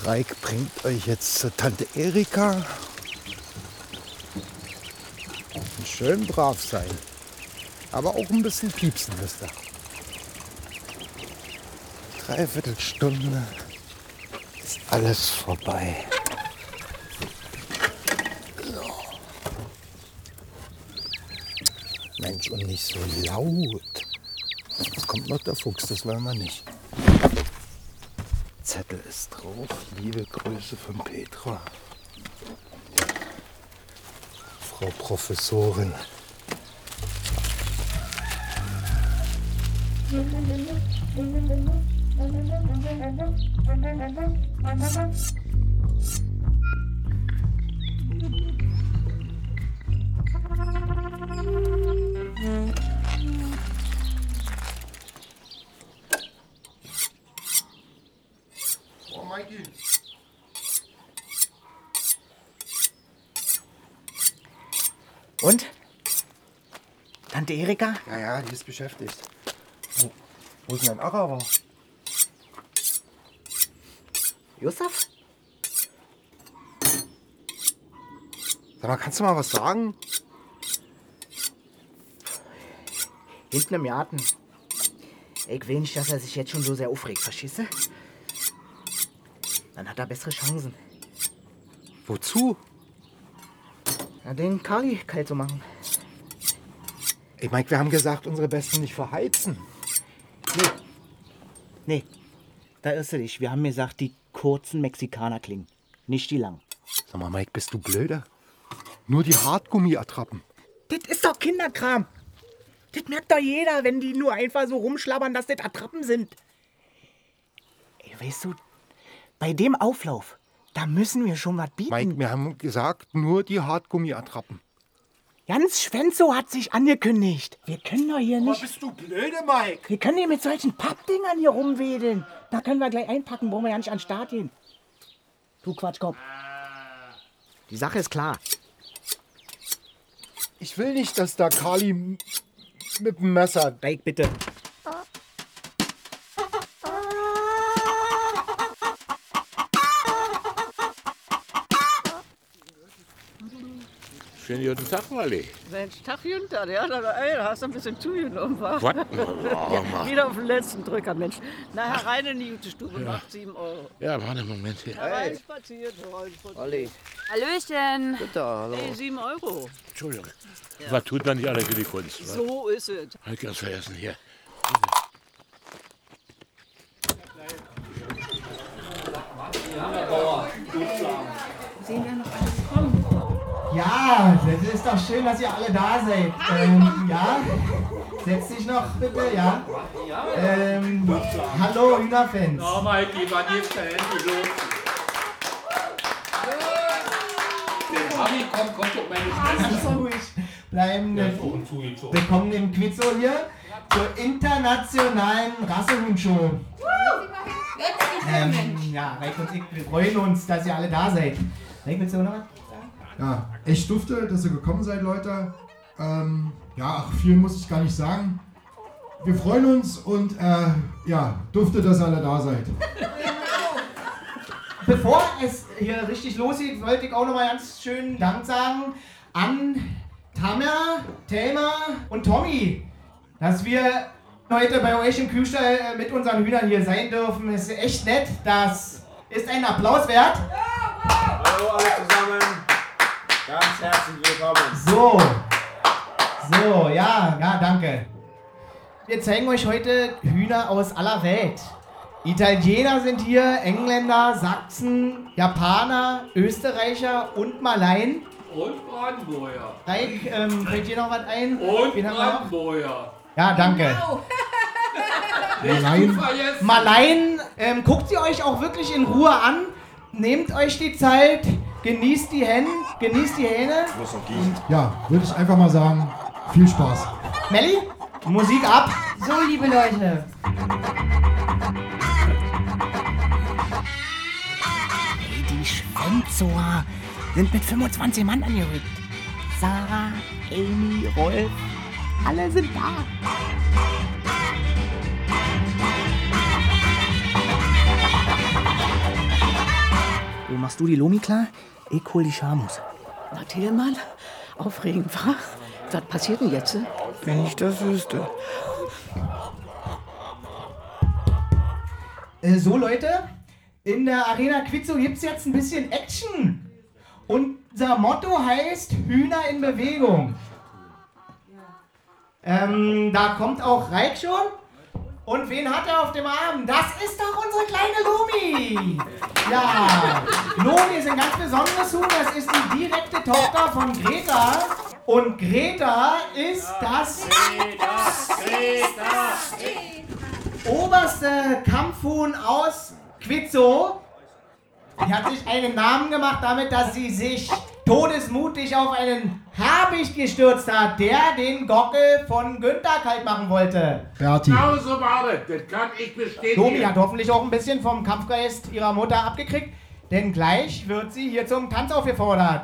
Speaker 14: Reik bringt euch jetzt zur Tante Erika. Und Schön brav sein. Aber auch ein bisschen piepsen müsst ihr. Dreiviertelstunde ist alles vorbei. Mensch, und nicht so laut. Jetzt kommt noch der Fuchs, das wollen wir nicht. Zettel ist drauf. Liebe Grüße von Petra. Frau Professorin.
Speaker 8: Oh, Mikey.
Speaker 25: Und? Tante Erika?
Speaker 14: Ja, ja, die ist beschäftigt. Wo, wo ist denn dein Araber?
Speaker 26: Josef?
Speaker 14: Sag mal, kannst du mal was sagen?
Speaker 25: Hinten im Garten. Ich will nicht, dass er sich jetzt schon so sehr aufregt, verstehst du? Dann hat er bessere Chancen.
Speaker 14: Wozu?
Speaker 25: Na, den Kali kalt zu machen.
Speaker 14: Ey, Mike, wir haben gesagt, unsere Besten nicht verheizen.
Speaker 25: Nee, da irrst du dich. Wir haben gesagt, die kurzen Mexikaner klingen, nicht die langen.
Speaker 14: Sag mal, Mike, bist du blöder? Nur die Hartgummi-Attrappen.
Speaker 25: Das ist doch Kinderkram. Das merkt doch jeder, wenn die nur einfach so rumschlabbern, dass das Attrappen sind. Ey, weißt du, bei dem Auflauf, da müssen wir schon was bieten.
Speaker 14: Mike, wir haben gesagt, nur die Hartgummi-Attrappen.
Speaker 25: Jans Schwenzo hat sich angekündigt. Wir können doch hier nicht.
Speaker 27: Bist du blöde, Mike?
Speaker 25: Wir können hier mit solchen Pappdingern hier rumwedeln. Da können wir gleich einpacken, brauchen wir ja nicht an den Start gehen. Du Quatschkopf. Die Sache ist klar.
Speaker 14: Ich will nicht, dass da Kali m- mit dem Messer.
Speaker 25: Weg, bitte.
Speaker 3: Schönen guten Tag, Wally.
Speaker 10: Mensch, Tag Günther, ja, da, ey, da hast du ein bisschen zugenommen, wa?
Speaker 3: Was? Na, ja, mach.
Speaker 10: Wieder auf den letzten Drücker, Mensch. Na, herein in die gute Stube,
Speaker 3: Ja.
Speaker 10: macht 7 Euro.
Speaker 3: Ja, warte einen Moment hier.
Speaker 10: Herein spaziert, herein spaziert.
Speaker 26: Olli.
Speaker 28: Hallöchen.
Speaker 26: Bitte, hallo.
Speaker 10: Ey, 7 Euro.
Speaker 3: Entschuldigung.
Speaker 10: Ja.
Speaker 3: Was tut man nicht alle für die Kunst? wa?
Speaker 10: So ist es.
Speaker 3: Hab ich ganz vergessen hier.
Speaker 29: Sehen wir noch alles kommen.
Speaker 9: Ja, das ist doch schön, dass ihr alle da seid. Ähm, ja, setz dich noch bitte, ja. Ähm, hallo Hühnerfans.
Speaker 27: Na, Mikey, wann geht's da endlich los? Der Harry kommt, kommt doch meine
Speaker 9: Ganz
Speaker 27: Schwester.
Speaker 9: ruhig bleiben. Willkommen im Quizzo hier zur internationalen Rassehuhn-Show. Ähm, ja, Reik und ich, wir freuen uns, dass ihr alle da seid. Reik, willst du noch was sagen?
Speaker 8: Ja, ich dufte, dass ihr gekommen seid, Leute. Ähm, ja, ach, viel muss ich gar nicht sagen. Wir freuen uns und äh, ja, dufte, dass ihr alle da seid.
Speaker 9: Bevor es hier richtig losgeht, wollte ich auch nochmal ganz schön Dank sagen an Tamer, Thelma und Tommy, dass wir heute bei euch im Kühlstall äh, mit unseren Hühnern hier sein dürfen. Ist echt nett. Das ist ein Applaus wert.
Speaker 27: Hallo alle zusammen. Ganz herzlich willkommen.
Speaker 9: So. So, ja, ja, danke. Wir zeigen euch heute Hühner aus aller Welt. Italiener sind hier, Engländer, Sachsen, Japaner, Österreicher und Malaien.
Speaker 27: Und Brandenburger.
Speaker 9: Reik, ähm, fällt dir noch was ein?
Speaker 27: Und
Speaker 9: Wen haben wir noch?
Speaker 27: Brandenburger.
Speaker 9: Ja, danke.
Speaker 27: Nicht vergessen.
Speaker 9: Malaien, ähm, guckt sie euch auch wirklich in Ruhe an. Nehmt euch die Zeit, genießt die Hände, genießt die Hähne.
Speaker 8: Ja, würde ich einfach mal sagen, viel Spaß.
Speaker 9: Melli, Musik ab. So, liebe Leute.
Speaker 25: Ey, die Schwänzower sind mit 25 Mann angerückt. Sarah, Amy, Rolf, alle sind da.
Speaker 29: Musik
Speaker 25: Oh,
Speaker 30: machst du die Lomi klar, ich hol die Schamus.
Speaker 10: Na, Tillmann, aufregend, wa? Was passiert denn jetzt?
Speaker 30: Wenn ich das wüsste.
Speaker 9: Äh, so Leute, in der Arena Quizzo gibt's jetzt ein bisschen Action. Unser Motto heißt Hühner in Bewegung. Ähm, da kommt auch Reik schon. Und wen hat er auf dem Arm? Das ist doch unsere kleine Lomi. Ja, Lomi ist ein ganz besonderes Huhn. Das ist die direkte Tochter von Greta. Und Greta ist das oberste Kampfhuhn aus Quizzo. Die hat sich einen Namen gemacht damit, dass sie sich todesmutig auf einen Habicht gestürzt hat, der den Gockel von Günther kalt machen wollte.
Speaker 14: Berti.
Speaker 3: Genau so war das. Das kann ich bestätigen.
Speaker 9: Domi hat hoffentlich auch ein bisschen vom Kampfgeist ihrer Mutter abgekriegt, denn gleich wird sie hier zum Tanz aufgefordert.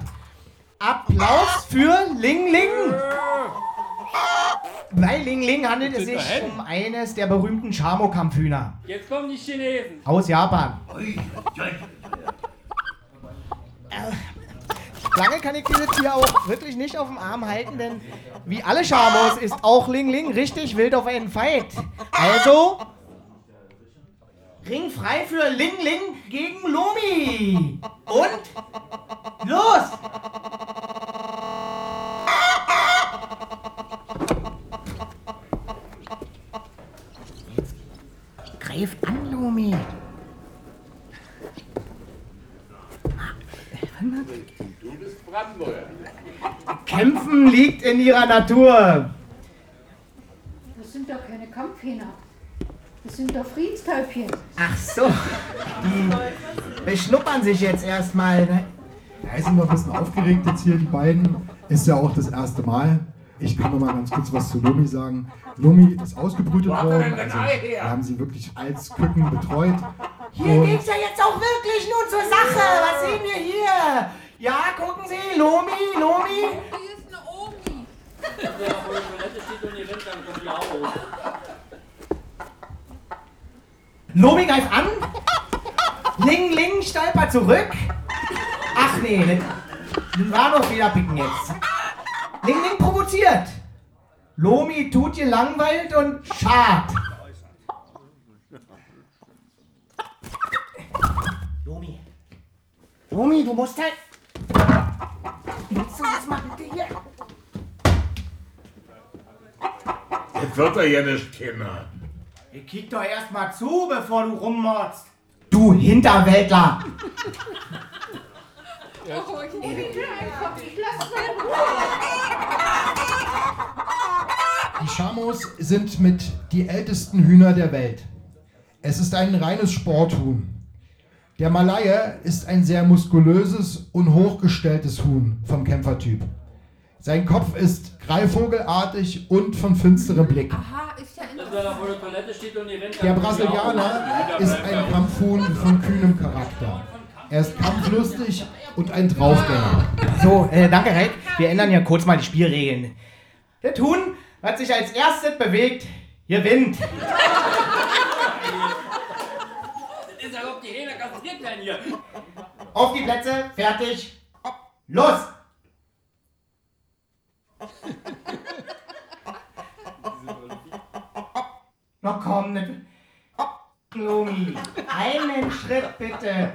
Speaker 9: Applaus für Ling Ling! Bei Ling Ling handelt es sich um eines der berühmten Chamo-Kampfhühner
Speaker 8: Jetzt kommen die Chinesen.
Speaker 9: aus Japan. Lange kann ich dieses Tier auch wirklich nicht auf dem Arm halten, denn wie alle Schamos ist auch Ling Ling richtig wild auf einen Fight. Also, Ring frei für Ling Ling gegen Lomi. Und los!
Speaker 8: Greif an, Lumi.
Speaker 9: Kämpfen liegt in ihrer Natur.
Speaker 31: Das sind doch keine Kampfhähner. Das sind doch Friedenstäubchen.
Speaker 9: Ach so, die beschnuppern sich jetzt erstmal. Ne?
Speaker 14: Ja, ich bin mal ein bisschen aufgeregt jetzt hier, die beiden. Ist ja auch das erste Mal. Ich kann noch mal ganz kurz was zu Lomi sagen. Lomi ist ausgebrütet worden. Also, wir haben sie wirklich als Küken betreut.
Speaker 9: Hier geht's ja jetzt auch wirklich nur zur Sache. Was sehen wir hier? Ja, gucken Sie, Lomi, Lomi. Lomi greift an. Ling Ling stolpert zurück. Ach nee, das war doch wieder Picken jetzt. Ling Ling provoziert. Lomi tut ihr langweilt und schad. Lomi. Lomi, du musst halt. Willst du das mal bitte hier?
Speaker 3: Das wird er ja nicht, Kinder.
Speaker 9: Ihr kickt doch erstmal zu, bevor du rummordst. Du Hinterwäldler.
Speaker 14: Die Schamos sind mit die ältesten Hühner der Welt. Es ist ein reines Sporthuhn. Der Malaye ist ein sehr muskulöses und hochgestelltes Huhn vom Kämpfertyp. Sein Kopf ist greifvogelartig und von finsterem Blick.
Speaker 8: Aha, ist ja interessant. Vor der Toilette steht und Also, die rennt
Speaker 14: Der
Speaker 8: dann-
Speaker 14: Brasilianer
Speaker 8: Ja,
Speaker 14: ist ein Kampfhuhn von kühnem Charakter. Er ist kampflustig und ein Draufgänger.
Speaker 9: So, äh, danke, Rick. Wir ändern ja kurz mal die Spielregeln. Der Tun, was sich als erstes bewegt, gewinnt.
Speaker 8: Das ist ja, ob die Hähner kastriert werden hier.
Speaker 9: Auf die Plätze, fertig, los! Na komm, ne- Lomi, einen Schritt bitte.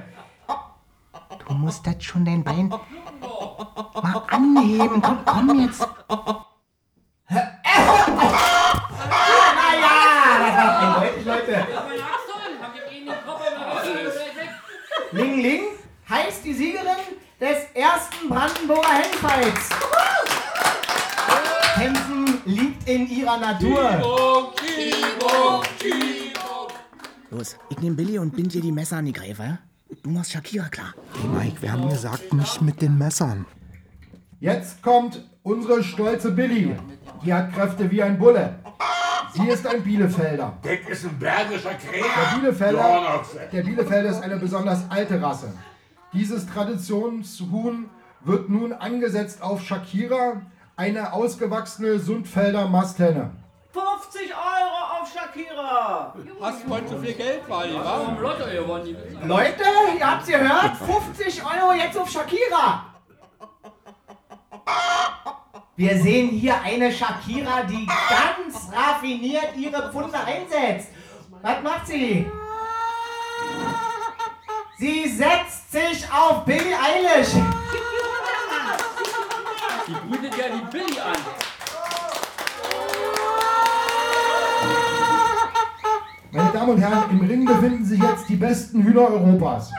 Speaker 30: Du musst das schon dein Bein mal anheben. Komm, komm jetzt.
Speaker 9: Naja, das war eindeutig, Leute.
Speaker 8: Also,
Speaker 9: Ling Ling heißt die Siegerin des ersten Brandenburger Hangfights. Kämpfen liegt in ihrer Natur.
Speaker 30: Los, ich nehm Billy und bind dir die Messer an die Gräfe. ja? Du machst Shakira klar.
Speaker 11: Mike, wir haben gesagt, nicht mit den Messern.
Speaker 14: Jetzt kommt unsere stolze Billy. Die hat Kräfte wie ein Bulle. Sie ist ein Bielefelder.
Speaker 3: Das ist ein bergischer Kräher.
Speaker 14: Der Bielefelder, der Bielefelder ist eine besonders alte Rasse. Dieses Traditionshuhn wird nun angesetzt auf Shakira, eine ausgewachsene Sundfelder Masthenne.
Speaker 9: 50 Euro auf Shakira.
Speaker 32: Lackierer!
Speaker 8: Hast du heute so viel Geld, Wally, wa? Warum Lotto gewonnen? Die wissen-
Speaker 9: Leute, ihr habt's gehört, 50 Euro jetzt auf Shakira. Wir sehen hier eine Shakira, die ganz raffiniert ihre Pfunde einsetzt. Was macht sie? Sie setzt sich auf Billie Eilish.
Speaker 8: Die brütet ja die Billy an.
Speaker 33: Meine Damen und Herren, im Ring befinden sich jetzt die besten Hühner Europas.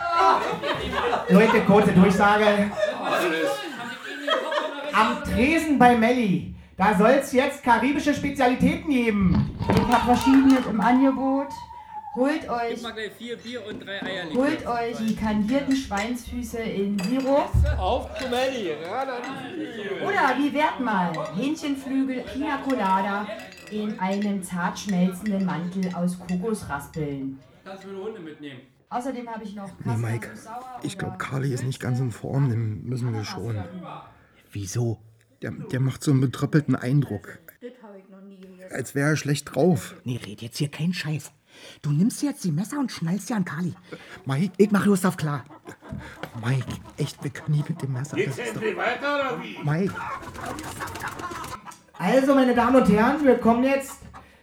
Speaker 9: Leute, kurze Durchsage.
Speaker 8: Also,
Speaker 9: Am Tresen bei Melli, da soll's jetzt karibische Spezialitäten geben.
Speaker 7: Ich habe verschiedenes im Angebot. Holt euch,
Speaker 8: Gib mal gleich vier Bier und drei Eierlikör.
Speaker 7: holt euch die kandierten Schweinsfüße in Sirup.
Speaker 8: Auf zu Melli.
Speaker 7: Oder wie wert mal Hähnchenflügel Pina Colada in einem zart schmelzenden Mantel aus Kokosraspeln.
Speaker 8: Kannst du mir eine Hunde mitnehmen?
Speaker 7: Außerdem habe ich noch
Speaker 14: Nee, Mike, ich glaube, Carly ist nicht ganz in Form, den müssen wir schon. Wieso? Der, der macht so einen betröppelten Eindruck,
Speaker 34: Das habe ich noch nie gehört.
Speaker 14: als wäre er schlecht drauf.
Speaker 4: Nee, red jetzt hier keinen Scheiß. Du nimmst jetzt die Messer und schnallst sie an Kali. Mike. Ich mach Lust auf klar.
Speaker 14: Mike, echt, wir können nicht mit dem Messer.
Speaker 3: Geht's
Speaker 14: das ist
Speaker 3: endlich weiter oder wie?
Speaker 14: doch- Mike,
Speaker 9: Also, meine Damen und Herren, wir kommen jetzt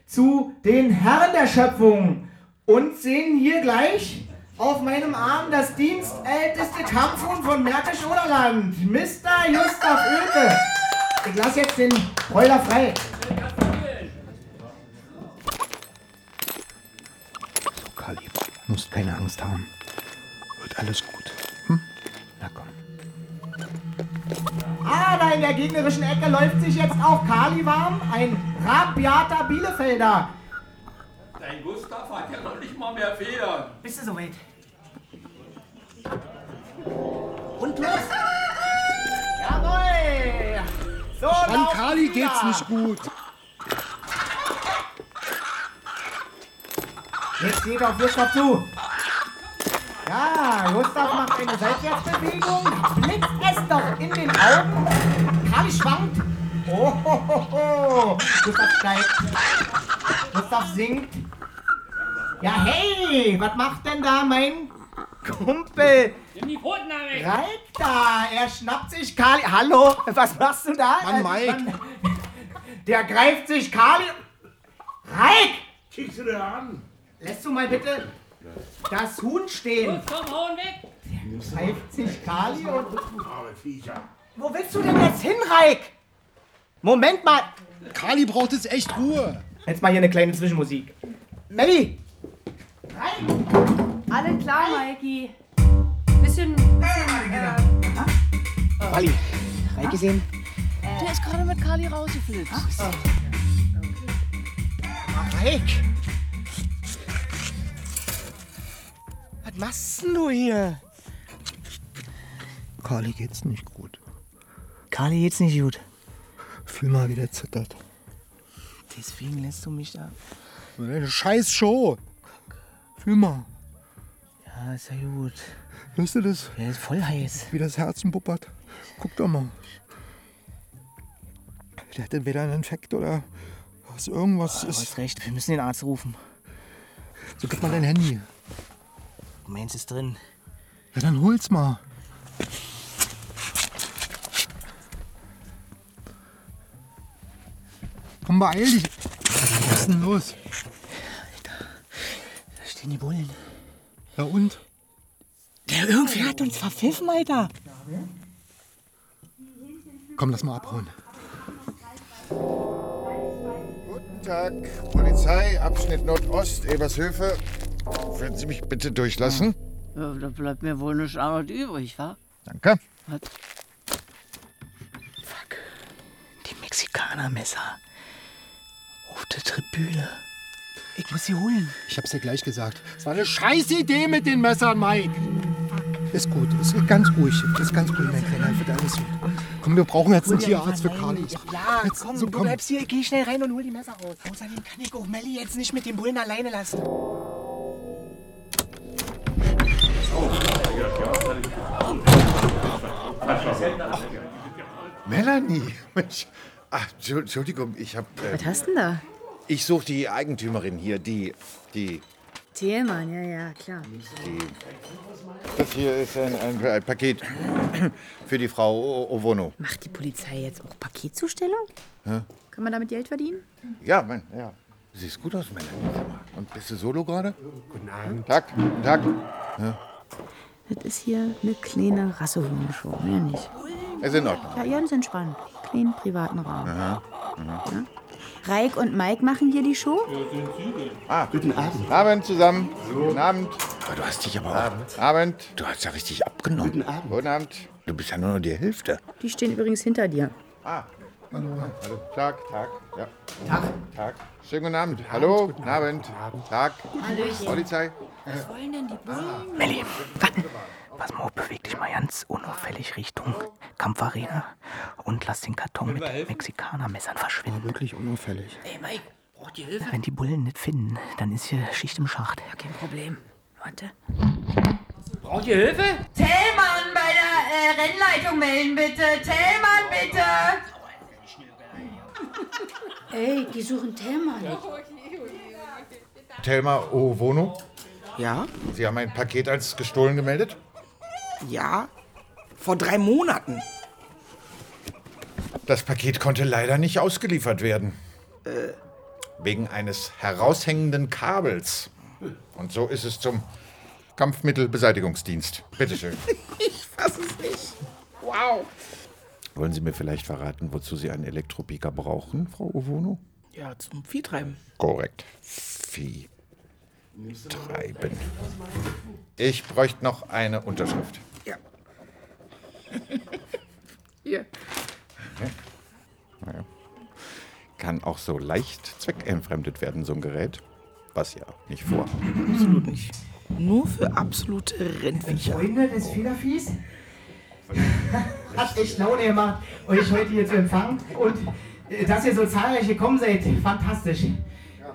Speaker 9: zu den Herren der Schöpfung und sehen hier gleich auf meinem Arm das dienstälteste Kampfhuhn von Märkisch-Oderland, Mr. Gustav Oelke. Ich lasse jetzt den Broiler frei.
Speaker 14: Kali, musst keine Angst haben. Wird alles gut.
Speaker 9: Aber Ah, in der gegnerischen Ecke läuft sich jetzt auch Kali warm, ein rabiater Bielefelder.
Speaker 8: Dein Gustav hat ja noch nicht mal mehr Federn.
Speaker 13: Bist du soweit?
Speaker 9: Und los! Jawohl! So
Speaker 14: An
Speaker 9: laufen
Speaker 14: Kali
Speaker 9: wir.
Speaker 14: geht's nicht gut.
Speaker 9: Jetzt geht auf Gustav zu. Ja, Gustav macht eine Seitwärtsbewegung, blitzt es doch in den Augen. Kali schwankt. Oh, ho, ho, ho. Gustav steigt. Gustav sinkt. Ja, hey, was macht denn da mein Kumpel?
Speaker 8: Nimm die Pfoten an, ey.
Speaker 9: Reit da, er schnappt sich Kali. Hallo, was machst du da?
Speaker 14: Mann,
Speaker 9: Mike. Der greift sich Kali. Reik!
Speaker 3: Kickst du dir an?
Speaker 9: Lässt du mal bitte das Huhn stehen.
Speaker 8: Gut, komm, hauen weg.
Speaker 9: Greift sich Kali und.
Speaker 3: Arme Viecher.
Speaker 9: Wo willst du denn jetzt hin, Reik? Moment mal.
Speaker 14: Kali braucht jetzt echt Ruhe.
Speaker 9: Jetzt mal hier eine kleine Zwischenmusik. Melli!
Speaker 7: Alle klar, Maiki.
Speaker 34: Bisschen, bisschen, äh,
Speaker 14: Kali,
Speaker 4: Reingesehen?
Speaker 7: Der ist gerade mit Kali rausgeflitzt.
Speaker 4: Reik! Was machst denn du hier?
Speaker 14: Kali geht's nicht gut.
Speaker 4: Kali geht's nicht gut.
Speaker 14: Fühl mal, wie der zittert.
Speaker 13: Deswegen lässt du mich da.
Speaker 14: So eine scheiß Show. Fühl mal.
Speaker 13: Ja, ist ja gut.
Speaker 14: Hörst du das?
Speaker 13: Der ist voll heiß.
Speaker 14: Wie das Herzen puppert. Guck doch mal. Der hat entweder einen Infekt oder was irgendwas ist. Du hast
Speaker 13: Oh, recht, wir müssen den Arzt rufen.
Speaker 14: So, gib mal dein Handy.
Speaker 13: Meins ist drin.
Speaker 14: Ja, dann hol's mal. Komm, beeil dich. Was ist denn los?
Speaker 4: Da stehen die Bullen.
Speaker 14: Ja und?
Speaker 4: Der irgendwer hat uns verpfiffen, Alter.
Speaker 14: Komm, lass mal abhauen.
Speaker 10: Guten Tag, Polizei, Abschnitt Nordost, Ebershöfe. Würden Sie mich bitte durchlassen?
Speaker 35: Ja, da bleibt mir wohl nichts anderes übrig, wa?
Speaker 10: Danke.
Speaker 35: Was?
Speaker 4: Die Mexikanermesser.
Speaker 13: Auf der Tribüne. Ich muss sie holen.
Speaker 14: Ich hab's dir gleich gesagt. Es war eine scheiß Idee mit den Messern, Mike. Ist gut, ist ganz ruhig. Ist ganz ruhig, mein Kleiner. Wird alles gut. Komm, wir brauchen jetzt einen Tierarzt für Kali.
Speaker 4: Ja,
Speaker 14: Jetzt,
Speaker 4: komm,
Speaker 14: so,
Speaker 4: du
Speaker 14: komm.
Speaker 4: bleibst hier, ich geh schnell rein und hol die Messer raus. Außerdem kann ich auch Melli jetzt nicht mit den Bullen alleine lassen.
Speaker 10: Melanie, Mensch. Ach, Entschu- Entschuldigung, ich hab. äh,
Speaker 36: Was hast du denn da?
Speaker 14: äh, Ich suche die Eigentümerin hier, die, die,
Speaker 8: Thielmann, ja, ja, klar.
Speaker 14: die. Das hier ist ein, ein, ein Paket für die Frau O- Ovono.
Speaker 8: Macht die Polizei jetzt auch Paketzustellung?
Speaker 14: Hä?
Speaker 8: Kann man damit Geld verdienen?
Speaker 14: Ja, mein, ja. Du siehst gut aus, Männer. Und bist du solo gerade? Guten Abend. Tag, guten Tag. Ja.
Speaker 8: Das ist hier eine kleine Rassehundenshow, mehr nicht.
Speaker 14: Ist in Ordnung.
Speaker 8: Ja, ganz entspannt. Kleinen privaten Raum.
Speaker 14: Aha. Aha.
Speaker 8: Reik und Mike machen hier die Show?
Speaker 14: Ah, guten Abend. Abend zusammen. Guten Abend. Aber du hast dich aber Abend. Abend. Du hast ja richtig abgenommen. Guten Abend. Guten Abend. Du bist ja nur noch die Hälfte.
Speaker 8: Die stehen übrigens hinter dir.
Speaker 14: Ah. Hallo. Hallo. Tag, Tag. Ja. Tag. Tag. Schönen guten Abend. Hallo. Guten Abend. Äh. Tag.
Speaker 8: Hallöchen.
Speaker 14: Polizei.
Speaker 8: Was wollen denn die
Speaker 37: Ah.
Speaker 8: Bullen?
Speaker 13: Melli, warten. Pass mal, auf, beweg dich mal ganz unauffällig Richtung Kampfarena und lass den Karton mit Mexikanermessern verschwinden.
Speaker 37: wirklich unauffällig.
Speaker 9: Äh,
Speaker 38: Ey, Mike, braucht ihr Hilfe?
Speaker 13: Wenn die Bullen nicht finden, dann ist hier Schicht im Schacht.
Speaker 38: Kein Problem. Warte.
Speaker 13: Braucht ihr Hilfe?
Speaker 39: Tellmann bei der äh, Rennleitung melden, bitte. Tellmann, bitte.
Speaker 40: Ey, die suchen Tellmann.
Speaker 14: Thelma Ovono.
Speaker 37: Ja?
Speaker 14: Sie haben ein Paket als gestohlen gemeldet?
Speaker 37: Ja? Vor drei Monaten.
Speaker 14: Das Paket konnte leider nicht ausgeliefert werden. Äh. Wegen eines heraushängenden Kabels. Und so ist es zum Kampfmittelbeseitigungsdienst. Bitteschön.
Speaker 37: Ich fass es nicht. Wow.
Speaker 14: Wollen Sie mir vielleicht verraten, wozu Sie einen Elektropiker brauchen, Frau Ovono?
Speaker 37: Ja, zum Viehtreiben.
Speaker 14: Korrekt. Vieh. Treiben. Ich bräuchte noch eine Unterschrift.
Speaker 37: Hier.
Speaker 14: Naja. Kann auch so leicht zweckentfremdet werden, so ein Gerät. Was ja nicht vor.
Speaker 37: Absolut nicht. Nur für absolute Rennviecher.
Speaker 9: Freunde
Speaker 13: Oh.
Speaker 9: des Federviehs? Hat echt Laune gemacht, euch heute hier zu empfangen. Und äh, dass ihr so zahlreich gekommen seid, fantastisch.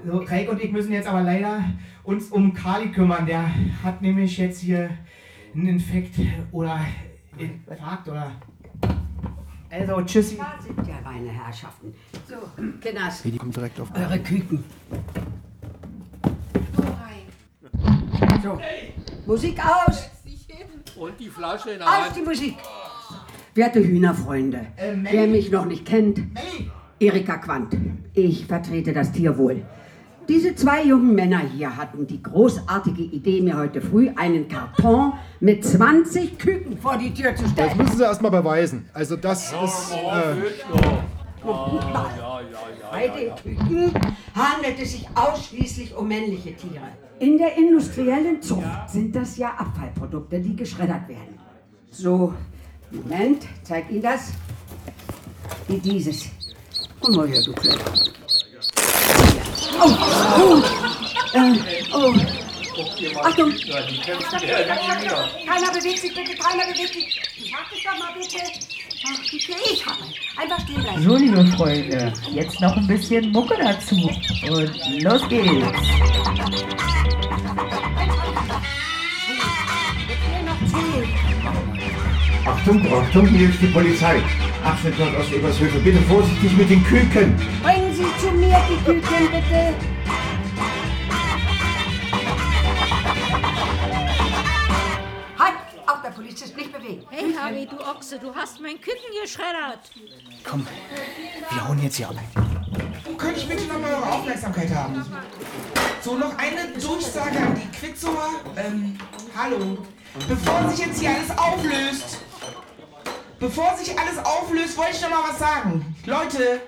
Speaker 9: So, Craig und ich müssen jetzt aber leider uns um Kali kümmern. Der hat nämlich jetzt hier einen Infekt oder Infarkt oder. Also, tschüssi.
Speaker 7: Da sind ja meine Herrschaften. So, Kinders,
Speaker 41: Wie die kommt direkt auf
Speaker 7: eure Küken. So, Musik aus,
Speaker 42: Und die Flasche in der
Speaker 7: aus die
Speaker 42: Hand.
Speaker 7: Musik. Werte Hühnerfreunde,
Speaker 42: Äh,
Speaker 7: wer mich noch nicht kennt, Erika Quandt. Ich vertrete das Tierwohl. Diese zwei jungen Männer hier hatten die großartige Idee, mir heute früh einen Karton mit 20 Küken vor die Tür zu
Speaker 43: Das
Speaker 7: stellen.
Speaker 43: müssen sie erstmal beweisen. Also das ist... Äh,
Speaker 42: Ja, ja, ja.
Speaker 7: Bei den Küken handelt es sich ausschließlich um männliche Tiere. In der industriellen Zucht sind das ja Abfallprodukte, die geschreddert werden. So, Moment, zeig Ihnen das. Wie dieses. Komm mal her, du Kleiner. Oh, oh, äh, oh. Achtung!
Speaker 40: Keiner bewegt sich, bitte, keiner bewegt sich. Mach dich doch mal bitte. Mach dich ja, ich habe. Einfach stehen bleiben.
Speaker 39: So, liebe Freunde, jetzt noch ein bisschen Mucke dazu. Und los geht's.
Speaker 44: Achtung, Achtung, hier ist die Polizei. Abschnitt Nordost Ebershöfe. Bitte vorsichtig mit den Küken.
Speaker 40: Bringen Sie zu mir die Küken, bitte.
Speaker 7: Halt! Auf der Polizist nicht bewegen.
Speaker 45: Hey Harry, du Ochse, du hast mein Küken geschreddert.
Speaker 13: Komm, wir hauen jetzt hier ab.
Speaker 4: Könnte ich bitte nochmal eure Aufmerksamkeit haben? So, noch eine Durchsage an die Quitzower. Ähm, hallo. Bevor sich jetzt hier alles auflöst, bevor sich alles auflöst, wollte ich nochmal was sagen. Leute,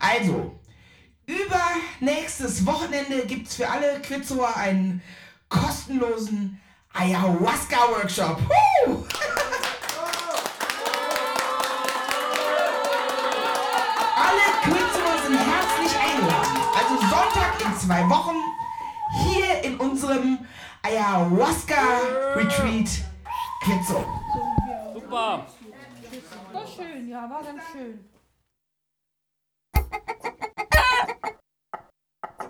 Speaker 4: also, übernächstes Wochenende gibt's für alle Quitzower einen kostenlosen Ayahuasca-Workshop. Huh! Alle Künstler sind herzlich eingeladen. Also Sonntag in zwei Wochen hier in unserem Ayahuasca Retreat Kitzo.
Speaker 42: Super.
Speaker 40: War schön, ja, war ganz schön.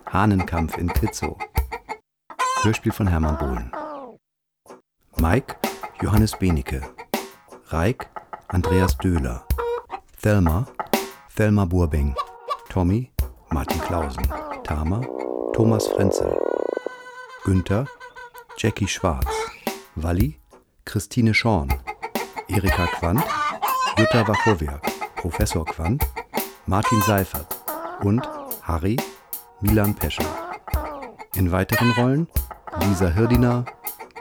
Speaker 2: Hahnenkampf in Kitzow. Hörspiel von Hermann Bohlen. Mike, Johannes Benecke. Reik, Andreas Döhler. Thelma, Thelma Burbing. Tommy, Martin Klausen. Tama, Thomas Frenzel, Günther, Jackie Schwarz, Walli, Christine Schorn, Erika Quandt, Jutta Wachowiak, Professor Quandt, Martin Seifert und Harry Milan Peschel. In weiteren Rollen Lisa Hirdiner,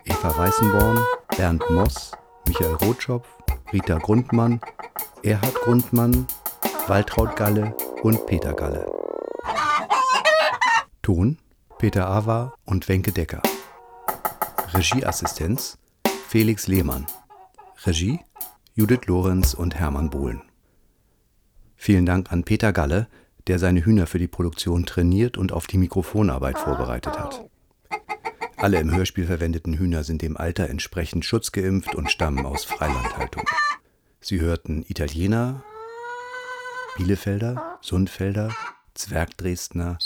Speaker 2: Eva Weißenborn, Bernd Moss, Michael Rotschopf, Rita Grundmann, Erhard Grundmann, Waltraud Galle und Peter Galle. Ton Peter Awa und Wenke Decker. Regieassistenz Felix Lehmann. Regie Judith Lorenz und Hermann Bohlen. Vielen Dank an Peter Galle, der seine Hühner für die Produktion trainiert und auf die Mikrofonarbeit vorbereitet hat. Alle im Hörspiel verwendeten Hühner sind dem Alter entsprechend schutzgeimpft und stammen aus Freilandhaltung. Sie hörten Italiener, Bielefelder, Sundfelder, Zwergdresdner,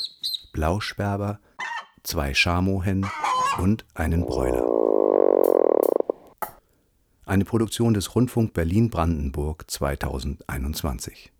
Speaker 2: Blauschwärber, zwei Schamohen und einen Bräuler. Eine Produktion des Rundfunk Berlin-Brandenburg 2021.